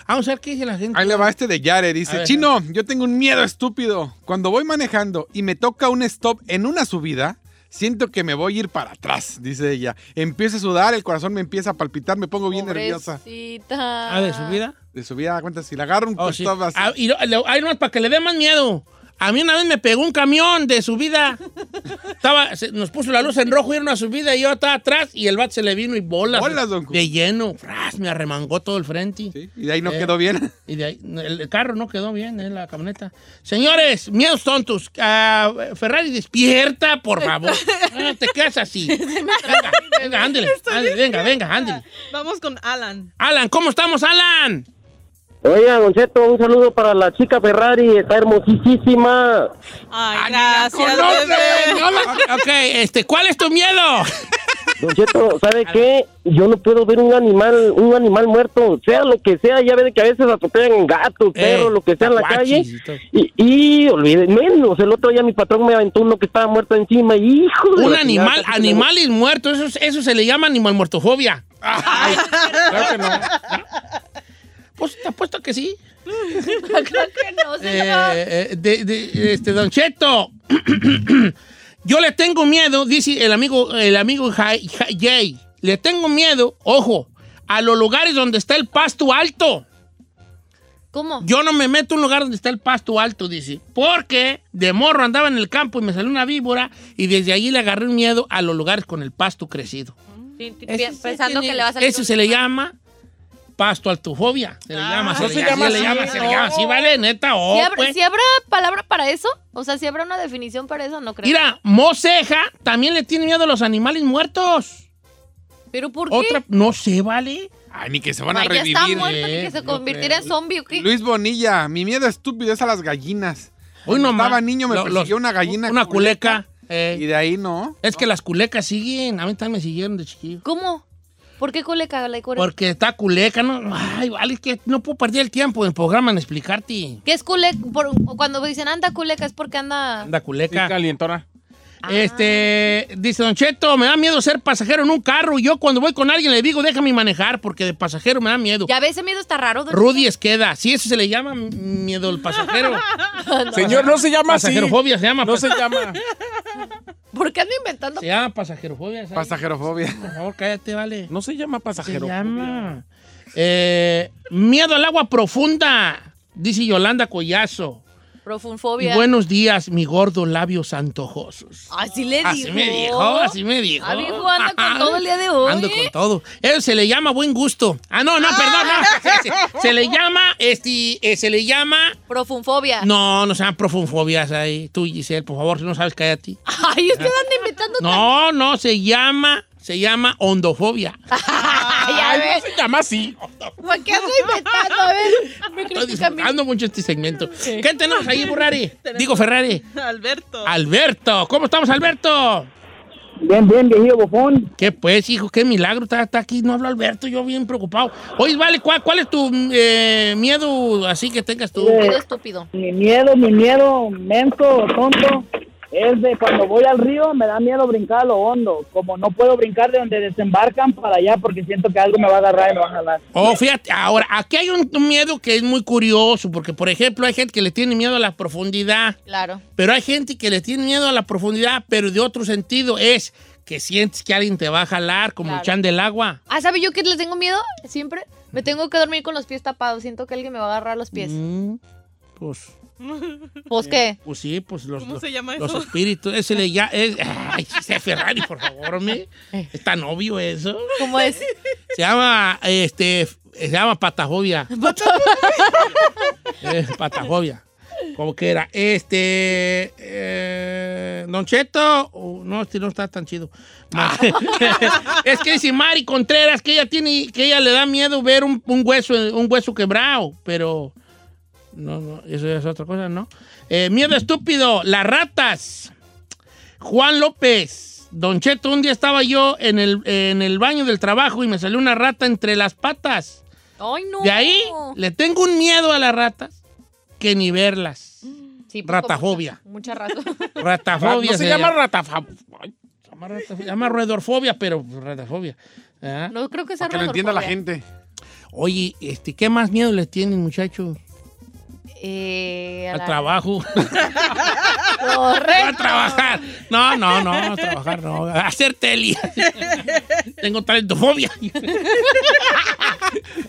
S1: Vamos a ver qué dice la gente.
S3: Ahí le va este de Yare.
S1: A
S3: Dice,
S1: ver.
S3: Chino, yo tengo un miedo estúpido. Cuando voy manejando y me toca un stop en una subida, siento que me voy a ir para atrás, dice ella. Empiezo a sudar, el corazón me empieza a palpitar, me pongo bien nerviosa.
S4: Pobrecita.
S1: Ah, de su vida.
S3: De subida, cuenta, si le agarro un
S1: Oh, sí.
S3: stop así.
S1: Ah, y lo- lo- ay, nomás para que le dé más miedo. A mí una vez me pegó un camión de subida. Estaba, se- nos puso la luz en rojo y era una subida y yo estaba atrás y el bat se le vino y bolas.
S3: Bolas, don Cu-
S1: de lleno. Fras, me arremangó todo el frente.
S3: Sí, Y de ahí no
S1: Eh.
S3: quedó bien.
S1: Y de ahí, el el carro no quedó bien, eh, la camioneta. Señores, miedos tontos. Ah, Ferrari, despierta, por favor. No te quedas así. Venga, venga, ándele, ándele, venga, venga, ándele.
S5: Vamos con Alan.
S1: Alan, ¿cómo estamos, Alan?
S6: Oiga, Don Cheto, un saludo para la chica Ferrari, está hermosísima.
S5: Ay, gracias,
S1: ¡Conoce!
S5: bebé.
S1: Ok, este, ¿cuál es tu miedo?
S6: Don Cheto, ¿sabe qué? Yo no puedo ver un animal, un animal muerto, sea lo que sea, ya ve que a veces atropellan gatos, perros,
S1: Eh,
S6: lo que sea en la calle.
S1: tacuachis y todo.
S6: Y, y olvide, menos, el otro día mi patrón me aventó uno que estaba muerto encima, hijo de
S1: Un
S6: la chingada,
S1: animal,
S6: casi me muero.
S1: animales muertos, eso, eso se le llama animal muertofobia.
S2: Claro que no.
S1: Pues te apuesto que sí.
S4: Creo que no, señor.
S1: Eh, eh, de- de- este, Don Cheto. Yo le tengo miedo, dice el amigo, el amigo Ja- Ja- Jay. Le tengo miedo, ojo, a los lugares donde está el pasto alto.
S4: ¿Cómo?
S1: Yo no me meto a un lugar donde está el pasto alto, dice. Porque de morro andaba en el campo y me salió una víbora y desde allí le agarré un miedo a los lugares con el pasto crecido.
S4: Pi- pi-
S1: Ese sí
S4: Pensando
S1: tiene-
S4: que le va a salir.
S1: Eso
S4: un-
S1: se le llama pasto altufobia. Se le
S5: Ah,
S1: llama, se
S2: no
S1: le
S2: se
S1: llama,
S2: llama
S1: se le
S2: así,
S1: llama, se le
S2: no.
S1: llama. Sí, vale, neta, oh,
S4: ¿Sí habrá,
S1: pues.
S4: sí habrá palabra para eso? O sea, si habrá una definición para eso? No creo.
S1: Mira, Moceja también le tiene miedo a los animales muertos.
S4: ¿Pero por qué?
S1: Otra, no sé, vale.
S3: Ay, ni que se van a
S4: Ay, ya está
S3: revivir.
S4: muerto ni que
S1: Eh,
S4: se
S1: no
S4: convirtiera en
S1: creo.
S4: zombie, ¿o qué?
S3: Luis Bonilla, mi miedo estúpido es a las gallinas.
S1: Hoy no
S3: Estaba
S1: más.
S3: niño, me
S1: Lo-
S3: persiguió
S1: los-
S3: una gallina
S1: Una culeca. eh.
S3: Y de ahí no.
S1: es que las culecas siguen. A mí también me siguieron de chiquillo.
S4: ¿Cómo? ¿Por qué coleca la culeca?
S1: Porque está culeca, ¿no? Ay, vale, es que no puedo perder el tiempo en el programa en explicarte.
S4: ¿Qué es culeca? Por- cuando dicen anda culeca es porque anda...
S1: Anda,
S2: Sí,
S1: culeca.
S2: calientona.
S1: Este, dice Don Cheto, me da miedo ser pasajero en un carro. Yo cuando voy con alguien le digo, déjame manejar, porque de pasajero me da miedo.
S4: Ya ve, ese miedo está raro. don
S1: Rudy Esqueda, sí, eso se le llama miedo al pasajero.
S2: Señor, no se llama así.
S1: Pasajerofobia se llama.
S2: No
S1: pas-
S2: se llama.
S4: Cheto. ¿Por qué anda inventando?
S1: Se llama pasajerofobia. ¿sabes?
S3: Pasajerofobia.
S1: Por favor, cállate, vale.
S2: No se llama
S1: se
S2: pasajero.
S1: llama. Eh, miedo al agua profunda, dice Yolanda Collazo. Y
S4: Profunfobia.
S1: buenos días, mi gordo labios antojosos.
S4: Así le dijo.
S1: Así me dijo, así me dijo.
S4: Ah, viejo, anda con todo el día de hoy,
S1: Ando
S4: ¿eh?
S1: con todo. Eso se le llama buen gusto. Ah, no, no, perdón, no. Se, se- se le llama, este, eh, se le llama...
S4: Profunfobia.
S1: No, no sean profunfobias ahí. Tú, Giselle, por favor, si no sabes, cállate.
S4: Ay, usted anda inventando.
S1: No, no, se llama, se llama ondofobia.
S4: Ay, a
S2: Ay,
S4: ver.
S2: no se llama así.
S4: ¿Por qué anda inventando? A ver. Me
S1: Estoy
S4: critica a mí.
S1: disfrutando mucho este segmento. ¿Qué tenemos ahí, Ferrari? Digo, Ferrari.
S5: Alberto.
S1: Alberto, ¿cómo estamos, Alberto?
S6: Bien, bien, viejillo bofón.
S1: ¿Qué pues, hijo? Qué milagro. Está, está aquí, no habla Alberto, yo bien preocupado. Oye, vale, ¿cuál, cuál es tu eh, miedo así que tengas tú?
S6: Eh,
S4: Miedo estúpido.
S6: Mi miedo, mi miedo, mento, tonto, es de cuando voy al río me da miedo brincar a lo hondo. Como no puedo brincar de donde desembarcan para allá porque siento que algo me va a agarrar y me va a jalar.
S1: Oh, fíjate, ahora, aquí hay un miedo que es muy curioso, porque por ejemplo hay gente que le tiene miedo a la profundidad,
S4: Claro.
S1: pero hay gente que le tiene miedo a la profundidad, pero de otro sentido es que sientes que alguien te va a jalar como
S4: Claro.
S1: el chan del agua.
S4: Ah, ¿sabes yo que les tengo miedo? Siempre me tengo que dormir con los pies tapados. Siento que alguien me va a agarrar los pies.
S1: Mm, pues,
S4: ¿Pues qué?
S1: pues sí, pues los,
S5: ¿Cómo
S1: los,
S5: se llama
S1: los
S5: eso?
S1: espíritus, ese le ya es, ay, sí, Ferrari, por favor, hombre.
S5: Eh.
S1: es tan obvio eso.
S4: ¿Cómo es?
S1: Se llama, este, se llama patafobia. Eh, patafobia. Como que era. Este. eh, Don Cheto. oh, no, este no está tan chido. Ma- es que dice Mari Contreras que ella tiene. que ella le da miedo ver un, un hueso, un hueso quebrado. Pero. No, no, eso ya es otra cosa, ¿no? Eh, miedo estúpido. Las ratas. Juan López. Don Cheto, un día estaba yo en el, en el baño del trabajo y me salió una rata entre las patas.
S4: Ay, no.
S1: De ahí le tengo un miedo a las ratas que ni verlas.
S4: Sí, pues,
S1: ratafobia.
S4: con Mucha, mucha razón.
S1: Ratafobia.
S2: no se llama
S1: llama.
S2: ratafobia.
S1: Se llama ratafobia, se llama roedorfobia, pero pues, ratafobia. Ah.
S4: No creo que sea
S3: Para que lo entienda la
S4: ratafobia.
S3: gente.
S1: Oye, este, ¿qué más miedo le tienen, muchachos?
S4: Eh, a
S1: Al
S4: la-
S1: trabajo.
S4: Correcto.
S1: a trabajar. No, no, no, a trabajar, no. A hacer tele. tengo talentofobia.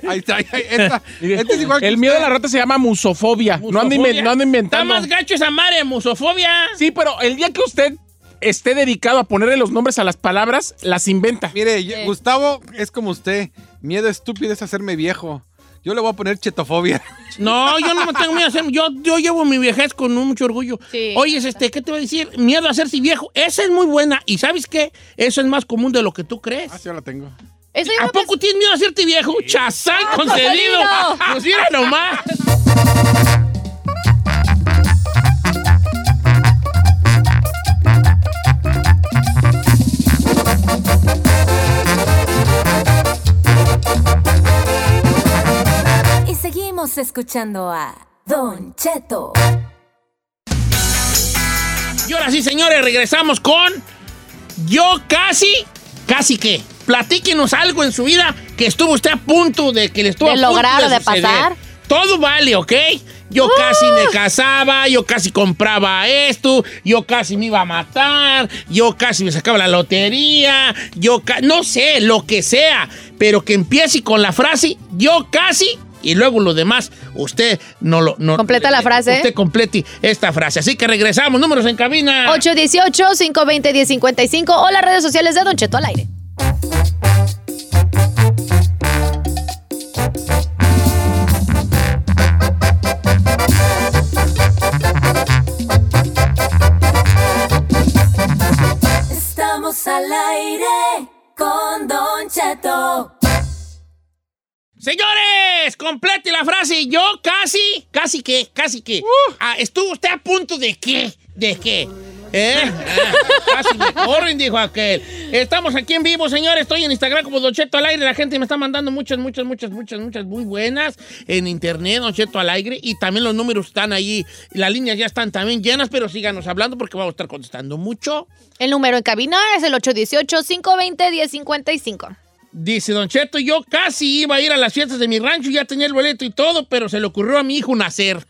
S3: Ahí está, ahí está. Esta- este es igual que
S2: El
S3: usted.
S2: miedo a la rata se llama musofobia. No ando, inven- no
S1: Está
S2: ando inventando.
S1: más gacho esa madre, musofobia.
S2: Sí, pero el día que usted esté dedicado a ponerle los nombres a las palabras, las inventa.
S3: Mire, yo- Gustavo es como usted. Miedo estúpido es hacerme viejo. Yo le voy a poner chetofobia.
S1: No, yo no me tengo miedo a hacer. Yo, yo llevo mi vejez con mucho orgullo.
S4: Sí.
S1: Oye, este, ¿qué te voy a decir? Miedo a hacerse viejo. Esa es muy buena. ¿Y sabes qué? Eso es más común de lo que tú crees.
S3: Ah, sí, yo la tengo.
S4: Eso yo
S1: ¿A
S4: lo pensé-
S1: poco tienes miedo a hacerte viejo? ¡Chazán concedido!
S4: concedido.
S1: ¡Pues mira nomás!
S7: Y seguimos escuchando a Don Cheto.
S1: Y ahora sí, señores, regresamos con Yo casi, casi qué. Platíquenos algo en su vida que estuvo usted a punto de que le estuvo
S4: De
S1: a punto
S4: lograr o de
S1: suceder.
S4: pasar.
S1: Todo vale, ¿ok? Yo casi me casaba, yo casi compraba esto, yo casi me iba a matar, yo casi me sacaba la lotería, yo ca- no sé, lo que sea, pero que empiece con la frase yo casi y luego lo demás usted no lo no-
S4: Completa la frase.
S1: Usted complete esta frase. Así que regresamos, números en cabina.
S4: 818-520-1055 o las redes sociales de Don Cheto al aire.
S7: Estamos al aire con Don Cheto.
S1: Señores, complete la frase. Yo casi, casi que, casi que. Ah, ¿Estuvo usted a punto de qué? ¿De qué? ¿Eh? Ah, casi me corren, dijo aquel. Estamos aquí en vivo, señores. Estoy en Instagram como Don Cheto al aire. La gente me está mandando muchas, muchas, muchas, muchas, muchas muy buenas en internet, Don Cheto al aire. Y también los números están ahí. Las líneas ya están también llenas, pero síganos hablando porque vamos a estar contestando mucho.
S4: El número en cabina es el 818-520-1055.
S1: Dice Don Cheto, yo casi iba a ir a las fiestas de mi rancho, ya tenía el boleto y todo, pero se le ocurrió a mi hijo nacer.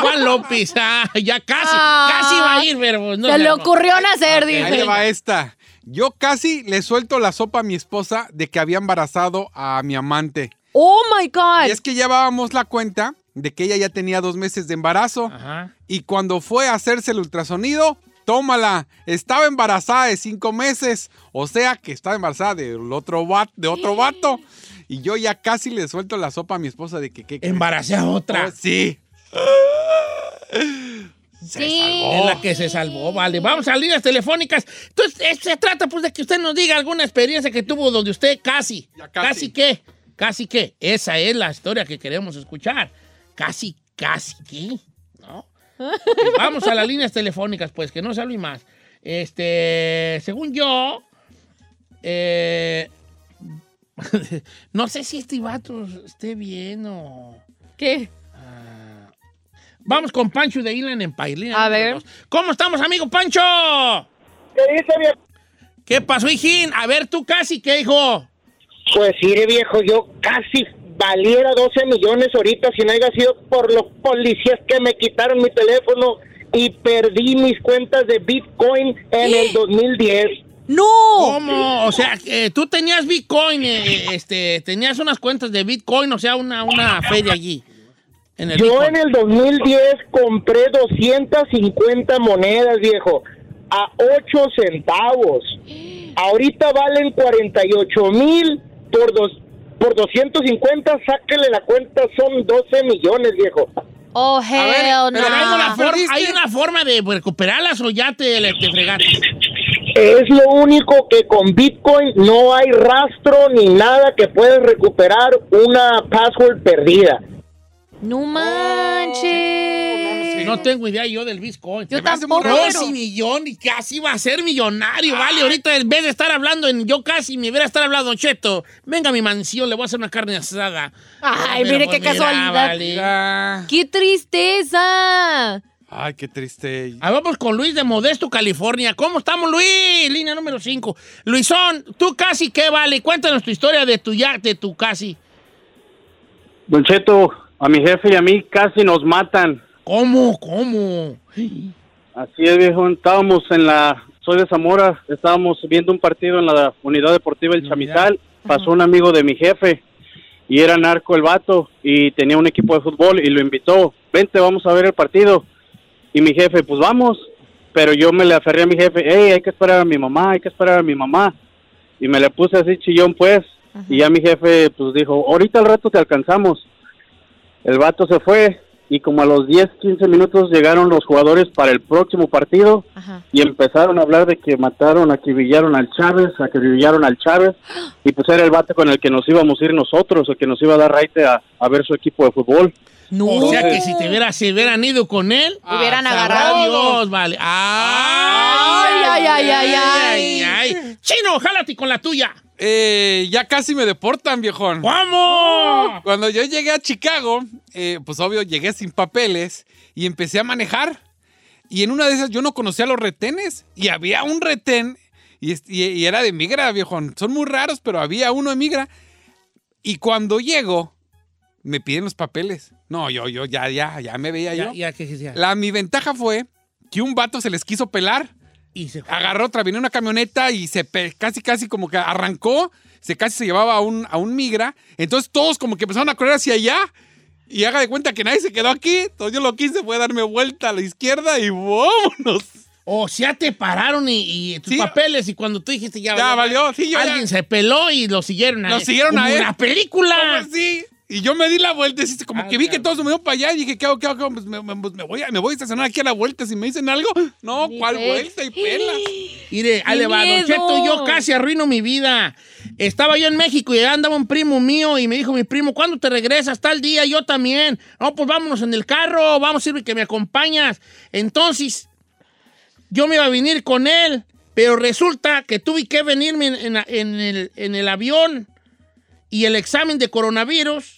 S1: Juan López, ah, ya casi,
S4: Ah.
S1: casi iba a ir, pero pues, no.
S4: Se le
S1: no.
S4: ocurrió nacer,
S3: Ahí le
S4: dice.
S3: va esta. Yo casi le suelto la sopa a mi esposa de que había embarazado a mi amante.
S4: Oh my God.
S3: Y es que llevábamos la cuenta de que ella ya tenía dos meses de embarazo.
S1: Ajá.
S3: Y cuando fue a hacerse el ultrasonido, tómala, estaba embarazada de cinco meses. O sea que estaba embarazada del otro va- de otro vato. Y yo ya casi le suelto la sopa a mi esposa de que... que
S1: Embaracé a otra.
S3: Oh, sí.
S1: Es
S4: Oh.
S1: la que se salvó, vale. Vamos a líneas telefónicas. Entonces, eh, se trata pues de que usted nos diga alguna experiencia que tuvo donde usted casi,
S3: Ya
S1: casi,
S3: casi.
S1: que, casi que. Esa es la historia que queremos escuchar. Casi, casi que, ¿no? Vamos a las líneas telefónicas, pues, que no se hable más. Este, según yo, eh, no sé si este vato esté bien o...
S4: ¿Qué?
S1: Ah. Vamos con Pancho de Island en Pailina.
S4: A ver.
S1: ¿Cómo estamos, amigo Pancho?
S6: ¿Qué dice, viejo?
S1: ¿Qué pasó, hijín? A ver, tú casi, ¿qué, hijo?
S6: Pues mire, viejo, yo casi valiera 12 millones ahorita si no haya sido por los policías que me quitaron mi teléfono y perdí mis cuentas de Bitcoin en el 2010.
S4: ¡No!
S1: ¿Cómo? O sea, eh, tú tenías Bitcoin, eh, este, tenías unas cuentas de Bitcoin, o sea, una, una feria allí. En el
S6: Yo
S1: Bitcoin.
S6: en el 2010 compré 250 monedas, viejo, a 8 centavos. Ahorita valen 48 mil por dos. Por 250, sáquele la cuenta, son 12 millones, viejo.
S4: Oh, hell
S1: Pero hay una,
S4: no.
S1: forma, hay una forma de recuperarlas o ya te, le- te fregaste.
S6: Es lo único que con Bitcoin no hay rastro ni nada que puedas recuperar una password perdida.
S4: No manches.
S1: No tengo idea yo del Bitcoin.
S4: Yo
S1: Se me hace
S4: tampoco,
S1: muy raro.
S4: pero-
S1: Casi millón y casi va a ser millonario, vale. Ahorita en vez de estar hablando en yo casi, me hubiera estar hablando, Cheto, venga a mi mansión, le voy a hacer una carne asada.
S4: Ay,
S1: Pero,
S4: mire
S1: pues,
S4: qué
S1: mira,
S4: casualidad.
S1: vale.
S3: Ah,
S4: ¡Qué tristeza!
S3: Ay, qué triste.
S1: Ah, vamos con Luis de Modesto, California. ¿Cómo estamos, Luis? Línea número 5. Luisón, tú casi qué vale. Cuéntanos tu historia de tu ya, de tu casi.
S8: Don Cheto, a mi jefe y a mí casi nos matan.
S1: ¿Cómo? ¿Cómo?
S8: Así es, viejo. Estábamos en la. Soy de Zamora. Estábamos viendo un partido en la Unidad Deportiva El
S1: Unidad.
S8: Chamital. Pasó un amigo de mi jefe y era narco el vato y tenía un equipo de fútbol y lo invitó. Vente, vamos a ver el partido. Y mi jefe, pues vamos. Pero yo me le aferré a mi jefe. Hey, hay que esperar a mi mamá, hay que esperar a mi mamá. Y me le puse así chillón, pues. Y ya mi jefe, pues dijo, ahorita al rato te alcanzamos. El vato se fue y como a los 10, 15 minutos llegaron los jugadores para el próximo partido
S4: Ajá.
S8: y empezaron a hablar de que mataron, acribillaron al Chávez, acribillaron al Chávez y pues era el vato con el que nos íbamos a ir nosotros, el que nos iba a dar raite a, a ver su equipo de fútbol.
S4: No.
S1: O sea que si te hubiera, si hubieran ido con él,
S4: Ah, Hubieran
S1: sabrá
S4: agarrado.
S1: Dios, vale.
S4: Ay, ay, ay, ay, ay.
S1: ay. Chino, jálate con la tuya.
S3: Eh, ya casi me deportan, viejón.
S4: Oh.
S1: ¡Vamos!
S3: Cuando yo llegué a Chicago, eh, pues obvio, llegué sin papeles y empecé a manejar. Y en una de esas yo no conocía los retenes y había un retén y, es- y- y era de migra, viejón. Son muy raros, pero había uno de migra. Y cuando llego, me piden los papeles. No, yo, yo, ya, ya, ya me veía
S1: Ya,
S3: yo.
S1: ya, que- que- ya.
S3: La, mi ventaja fue que un vato se les quiso pelar
S1: Y se Ah, fue.
S3: agarró otra, vino una camioneta y se pe- casi, casi como que arrancó, se casi se llevaba a un, a un migra. Entonces todos como que empezaron a correr hacia allá y haga de cuenta que nadie se quedó aquí. Entonces yo lo que hice fue darme vuelta a la izquierda y vámonos.
S1: O sea, te pararon y, y tus
S3: Sí.
S1: papeles y cuando tú dijiste ya,
S3: Ya valió, sí, yo ya-
S1: alguien se peló y lo siguieron a
S3: Lo
S1: él.
S3: siguieron
S1: Como
S3: a él.
S1: una película.
S3: ¿Cómo así? Y yo me di la vuelta, y sí, como
S1: Ah,
S3: que vi
S1: claro.
S3: que todos se movieron para allá y dije, ¿qué hago? ¿Qué hago? qué hago? Pues me, me- pues me voy, a- me voy a estacionar aquí a la vuelta si me dicen algo. No,
S4: Ni
S3: ¿cuál
S4: ves.
S3: vuelta y pelas?
S1: Mire, ahí
S4: ¡Qué
S1: le va, Don
S4: miedo!
S1: Cheto, yo casi arruino mi vida. Estaba yo en México y andaba un primo mío y me dijo mi primo, ¿cuándo te regresas? Tal día, yo también. No, pues vámonos en el carro, vamos sirve que me acompañas. Entonces, yo me iba a venir con él, pero resulta que tuve que venirme en, en- en el, en el avión y el examen de coronavirus,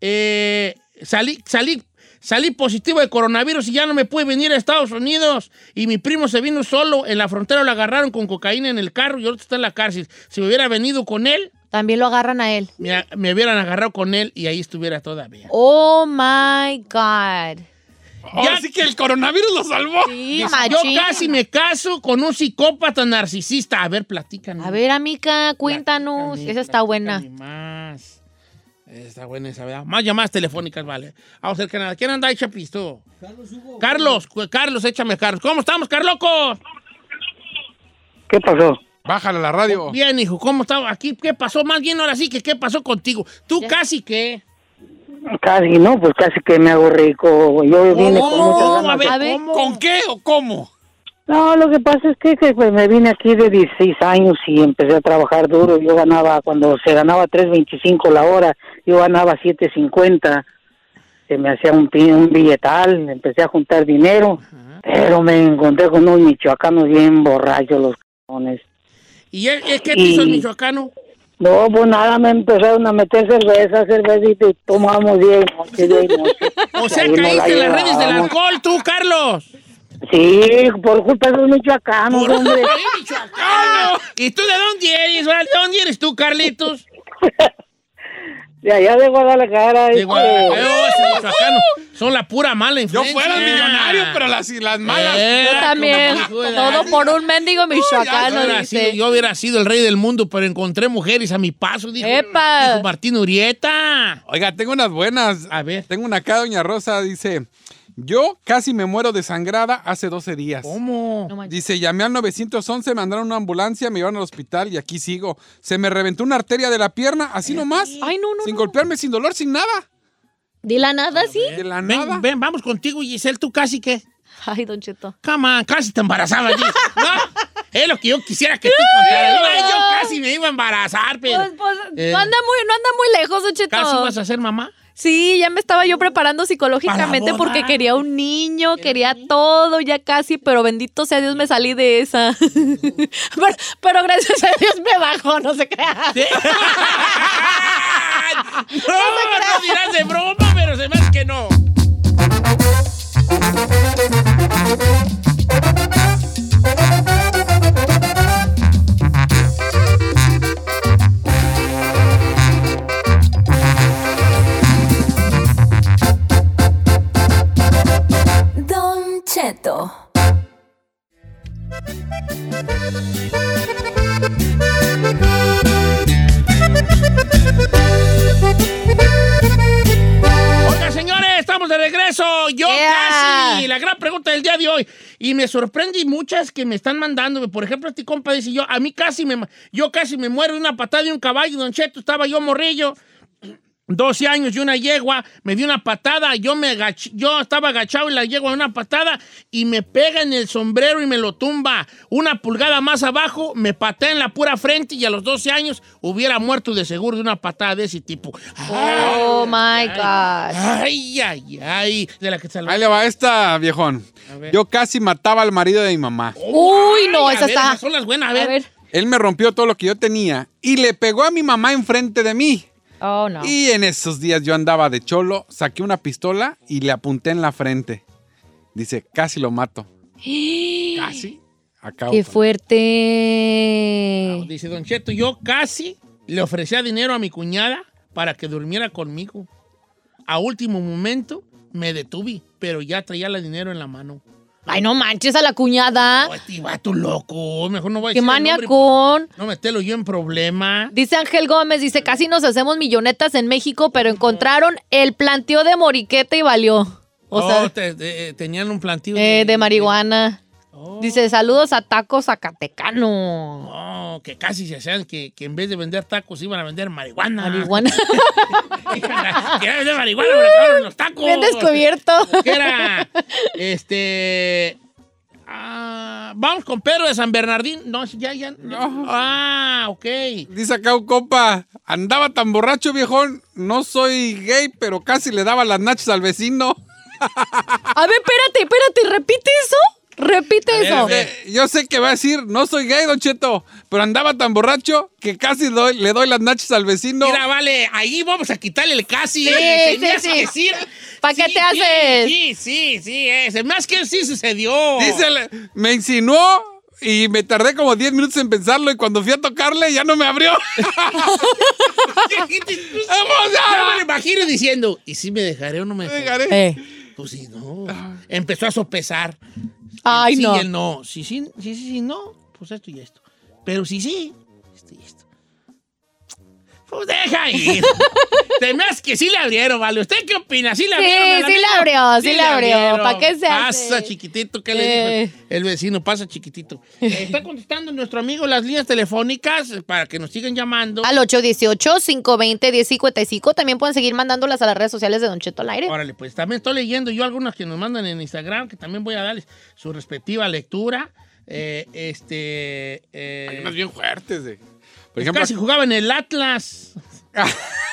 S1: eh, salí, salí, salí positivo de coronavirus y ya no me pude venir a Estados Unidos. Y mi primo se vino solo, en la frontera lo agarraron con cocaína en el carro y ahorita está en la cárcel. Si me hubiera venido con él,
S4: También lo agarran a él.
S1: me, me hubieran agarrado con él y ahí estuviera todavía.
S4: Oh my God.
S1: Ya-
S3: Así que el coronavirus lo salvó.
S4: Sí,
S1: Dice, yo
S4: Oh, machín.
S1: casi me caso con un psicópata narcisista. A ver, platícanos.
S4: A ver, amiga, cuéntanos.
S1: Platícame,
S4: Esa está buena.
S1: platícame Más. Está buena esa, ¿verdad? Más llamadas telefónicas, vale. Vamos a ver qué nada. ¿Quién anda ahí, Chapis, tú? Carlos, cu- Carlos, échame, Carlos. ¿Cómo estamos, Carlocos?
S8: ¿Qué pasó?
S3: Bájale la radio.
S1: Bien, hijo, ¿cómo estamos? Aquí, ¿qué pasó? Más bien ahora sí que qué pasó contigo. Tú casi que...
S6: Casi, no, pues casi que me hago rico. Yo vine con
S1: ¿Cómo? A
S6: muchas ganas.
S1: ver,
S4: A ver.
S1: ¿cómo?
S3: ¿Con qué o cómo?
S6: No, lo que pasa es que, que, pues, me vine aquí de 16 años y empecé a trabajar duro. Yo ganaba, cuando se ganaba 3.25 la hora, yo ganaba 7.50. Se me hacía un, pi- un billetal, empecé a juntar dinero.
S9: Pero me encontré con unos michoacanos bien borrachos los cabrones.
S1: ¿Y es, es que te hizo el
S9: Y-
S1: michoacano?
S9: No, pues nada, me empezaron a meter cerveza, cervecita y tomamos día y noche, día y noche.
S1: O sea,
S9: Ahí nos la
S1: caíste en las redes del
S9: llevábamos.
S1: alcohol, tú, Carlos.
S9: Sí, por culpa de los michoacanos,
S1: Por
S9: hombre.
S1: ahí, michoacano. ¿Y tú de dónde eres? ¿De dónde eres tú, Carlitos?
S9: De allá de Guadalajara.
S1: De
S9: este,
S1: Guadalajara. Eh, oh, ese michoacano. Son la pura mala
S3: Yo
S1: influencia.
S3: fuera el millonario, pero las, las malas.
S1: Eh,
S4: Yo también.
S1: como hijo de la-
S4: Todo por un mendigo
S1: Yo
S4: michoacano,
S1: hubiera sido-
S4: dice.
S1: yo hubiera sido el rey del mundo, pero encontré mujeres a mi paso, dijo,
S4: ¡Epa!
S1: dijo Martín Urieta.
S3: Oiga, tengo unas buenas.
S1: A ver.
S3: Tengo una acá, doña Rosa, dice, yo casi me muero desangrada hace 12 días.
S1: ¿Cómo?
S4: No manches.
S3: Dice, llamé al 911, me mandaron una ambulancia, me llevaron al hospital y aquí sigo. Se me reventó una arteria de la pierna,
S1: Eh.
S3: así nomás.
S4: Ay, no, no,
S3: Sin
S4: no.
S3: golpearme, sin dolor, sin nada.
S4: ¿De la nada, sí?
S3: De la nada.
S1: Eh, Ven, ven, vamos contigo, Giselle, tú casi que...
S4: Ay, Don Cheto.
S1: Come on, casi te embarazabas, Gis. ¿no? Es lo que yo quisiera que tú contaras. Ay, yo casi me iba a embarazar, pero...
S4: Pues, pues,
S1: eh,
S4: no, anda muy, no anda muy lejos, Don Cheto.
S1: ¿Casi vas a ser mamá?
S4: Sí, ya me estaba yo preparando
S1: Para
S4: psicológicamente
S1: la boda.
S4: porque quería un niño, quería todo, ya casi, pero bendito sea Dios me salí de esa. pero, pero gracias a Dios me bajó, no se crea.
S1: Sí. no, no dirás de broma, pero se me hace que no.
S7: Don Cheto.
S1: Oiga, señores, estamos de regreso. Yo
S4: Yeah.
S1: casi. La gran pregunta del día de hoy. Y me sorprende y muchas que me están mandando. Por ejemplo, este compa dice yo, a mí casi me, yo casi me muero de una patada de un caballo. Don Cheto, estaba yo morrillo. 12 años y una yegua, me dio una patada, yo me agach- yo estaba agachado y la yegua una patada y me pega en el sombrero y me lo tumba. Una pulgada más abajo, me patea en la pura frente y a los 12 años hubiera muerto de seguro de una patada de ese tipo.
S4: Oh my gosh.
S1: Ay, ay, ay. De la que se
S3: Ahí le va esta, viejón.
S1: A ver.
S3: Yo casi mataba al marido de mi mamá.
S4: Uy, no,
S1: Ay, a
S4: esa
S1: ver,
S4: está.
S1: esas son las buenas, a
S4: A
S1: ver.
S4: ver.
S3: Él me rompió todo lo que yo tenía y le pegó a mi mamá enfrente de mí.
S4: Oh, no.
S3: Y en esos días yo andaba de cholo, saqué una pistola y le apunté en la frente. Dice, casi lo mato. Casi. Acabo.
S4: Qué
S3: con-
S4: fuerte.
S1: Dice Don Cheto, yo casi le ofrecía dinero a mi cuñada para que durmiera conmigo. A último momento me detuve, pero ya traía el dinero en la mano.
S4: Ay, no manches a la cuñada.
S1: Oh, este vato loco, mejor no voy a
S4: Qué
S1: decir el nombre,
S4: maniacón.
S1: No metelo yo en problema.
S4: Dice Ángel Gómez, dice, casi nos hacemos millonetas en México, pero encontraron el planteo de moriqueta y valió. O sea,
S1: Oh, te- te- eh, tenían un plantillo
S4: eh, de marihuana.
S1: Oh.
S4: Dice, saludos a Taco Zacatecano.
S1: No, que casi se hacían que, que en vez de vender tacos iban a vender marihuana.
S4: Marihuana.
S1: Querían vender marihuana, pero acabaron los tacos.
S4: Bien descubierto.
S1: ¿Qué era? Este. ah, vamos con Pedro de San Bernardín. No, ya, ya.
S3: No.
S1: Ah, ok.
S3: Dice acá un compa, andaba tan borracho, viejón. No soy gay, pero casi le daba las nachas al vecino.
S4: A ver, espérate, espérate, repite eso. Repite
S1: ver, a
S4: eso.
S1: ver.
S3: Eh, yo sé que va a decir, no soy gay, Don Cheto, pero andaba tan borracho que casi doy- le doy las nachas al vecino.
S1: Mira, vale, ahí vamos a quitarle el casi.
S4: Sí,
S1: eh.
S4: sí,
S1: Se me hace
S4: sí.
S1: que sí.
S4: ¿Pa' qué
S1: Sí,
S4: te
S1: sí,
S4: haces?
S1: Sí, sí, sí. eh. Se me hace que sí sucedió.
S3: Dice, le- me insinuó y me tardé como 10 minutos en pensarlo y cuando fui a tocarle ya no me abrió. pues,
S1: Vamos, ya. me lo imagino diciendo, ¿y si me dejaré o no me dejaré?
S3: Llegaré.
S4: Eh.
S1: Pues sí, no.
S3: Ah.
S1: Empezó a sopesar.
S4: Ay,
S1: sí
S4: no.
S1: y el no. Sí, sí, sí, sí, sí, no. Pues esto y esto. Pero sí, sí. Esto y esto. Pues deja ir. Te me hace que sí le abrieron, ¿vale? ¿Usted qué opina? ¿Sí le
S4: Sí,
S1: abrieron? a la
S4: sí le
S1: amiga?
S4: abrió, sí le abrió. ¿Pa' qué se hace?
S1: Pasa, chiquitito. ¿Qué le
S4: Eh.
S1: dijo el- el vecino? Pasa, chiquitito. Eh, Está contestando nuestro amigo las líneas telefónicas eh, para que nos sigan llamando.
S4: Al 818-520-1055. También pueden seguir mandándolas a las redes sociales de Don Cheto al aire.
S1: Órale, pues también estoy leyendo yo algunas que nos mandan en Instagram, que también voy a darles su respectiva lectura. Eh, este. eh,
S3: Hay unas bien fuertes, eh. Por
S1: pues
S3: ejemplo, ah,
S1: casi jugaba en el Atlas.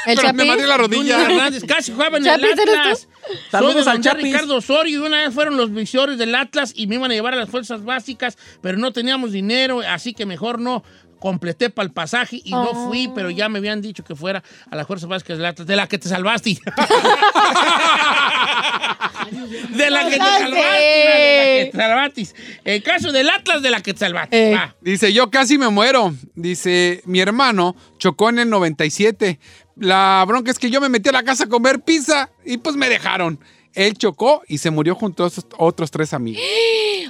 S4: El
S3: Me
S4: Chapín.
S3: mandé la
S1: Junior
S3: rodilla.
S1: Hernández casi jugaba en el
S4: Chapis, ¿eres
S1: Atlas. Soy de
S2: Saludos al
S1: Don Juan
S2: Chapis.
S1: Ricardo Osorio y una vez fueron los visores del Atlas y me iban a llevar a las fuerzas básicas, pero no teníamos dinero, así que mejor no. Completé para el pasaje y no fui,
S4: Oh.
S1: pero ya me habían dicho que fuera a las fuerzas básicas del Atlas, de la que te salvaste. de la que te
S4: Salvaste.
S1: salvaste, de la que te salvaste. El caso del Atlas, de la que te salvaste.
S4: Eh.
S1: Va.
S3: Dice, yo casi me muero. Dice, mi hermano chocó en el 97. La bronca es que yo me metí a la casa a comer pizza y pues me dejaron. Él chocó y se murió junto a esos otros tres amigos.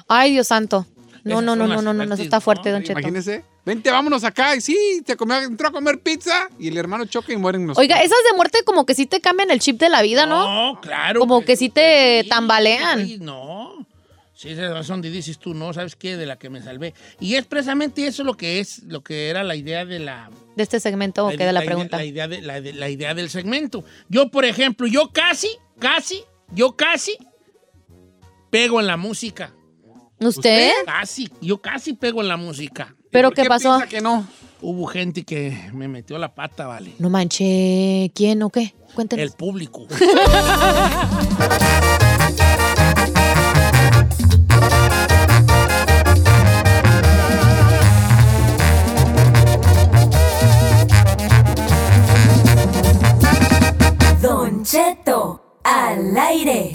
S4: Ay, Dios santo. No,
S1: Esas
S4: no, no,
S1: son
S4: no,
S1: las
S4: no, no, no,
S1: partes,
S4: eso está fuerte,
S1: ¿no?
S4: Don Cheto.
S3: Imagínense. Vente, vámonos acá. Y sí, te comió- entró a comer pizza y el hermano choca y mueren los
S4: Oiga, esas de muerte como que sí te cambian el chip de la vida, ¿no?
S1: claro.
S4: Como que sí te
S1: sí,
S4: tambalean.
S1: güey, no. Sí, esa es razón de dices tú, no, ¿sabes qué? De la que me salvé. Y es precisamente eso lo que es, lo que era la idea de la...
S4: De este segmento o
S1: la-
S4: qué de la
S1: la
S4: pregunta.
S1: idea- La idea, de- la de- la idea del segmento. Yo, por ejemplo, yo casi, casi, yo casi pego en la música.
S4: ¿Usted?
S1: Casi, yo casi pego en la música.
S4: ¿Pero
S3: ¿Por
S4: qué pasó?
S3: piensa que no?
S1: Hubo gente que me metió la pata, vale.
S4: No manché. ¿Quién o qué? Cuéntenos.
S1: El público.
S7: Don Cheto, al aire.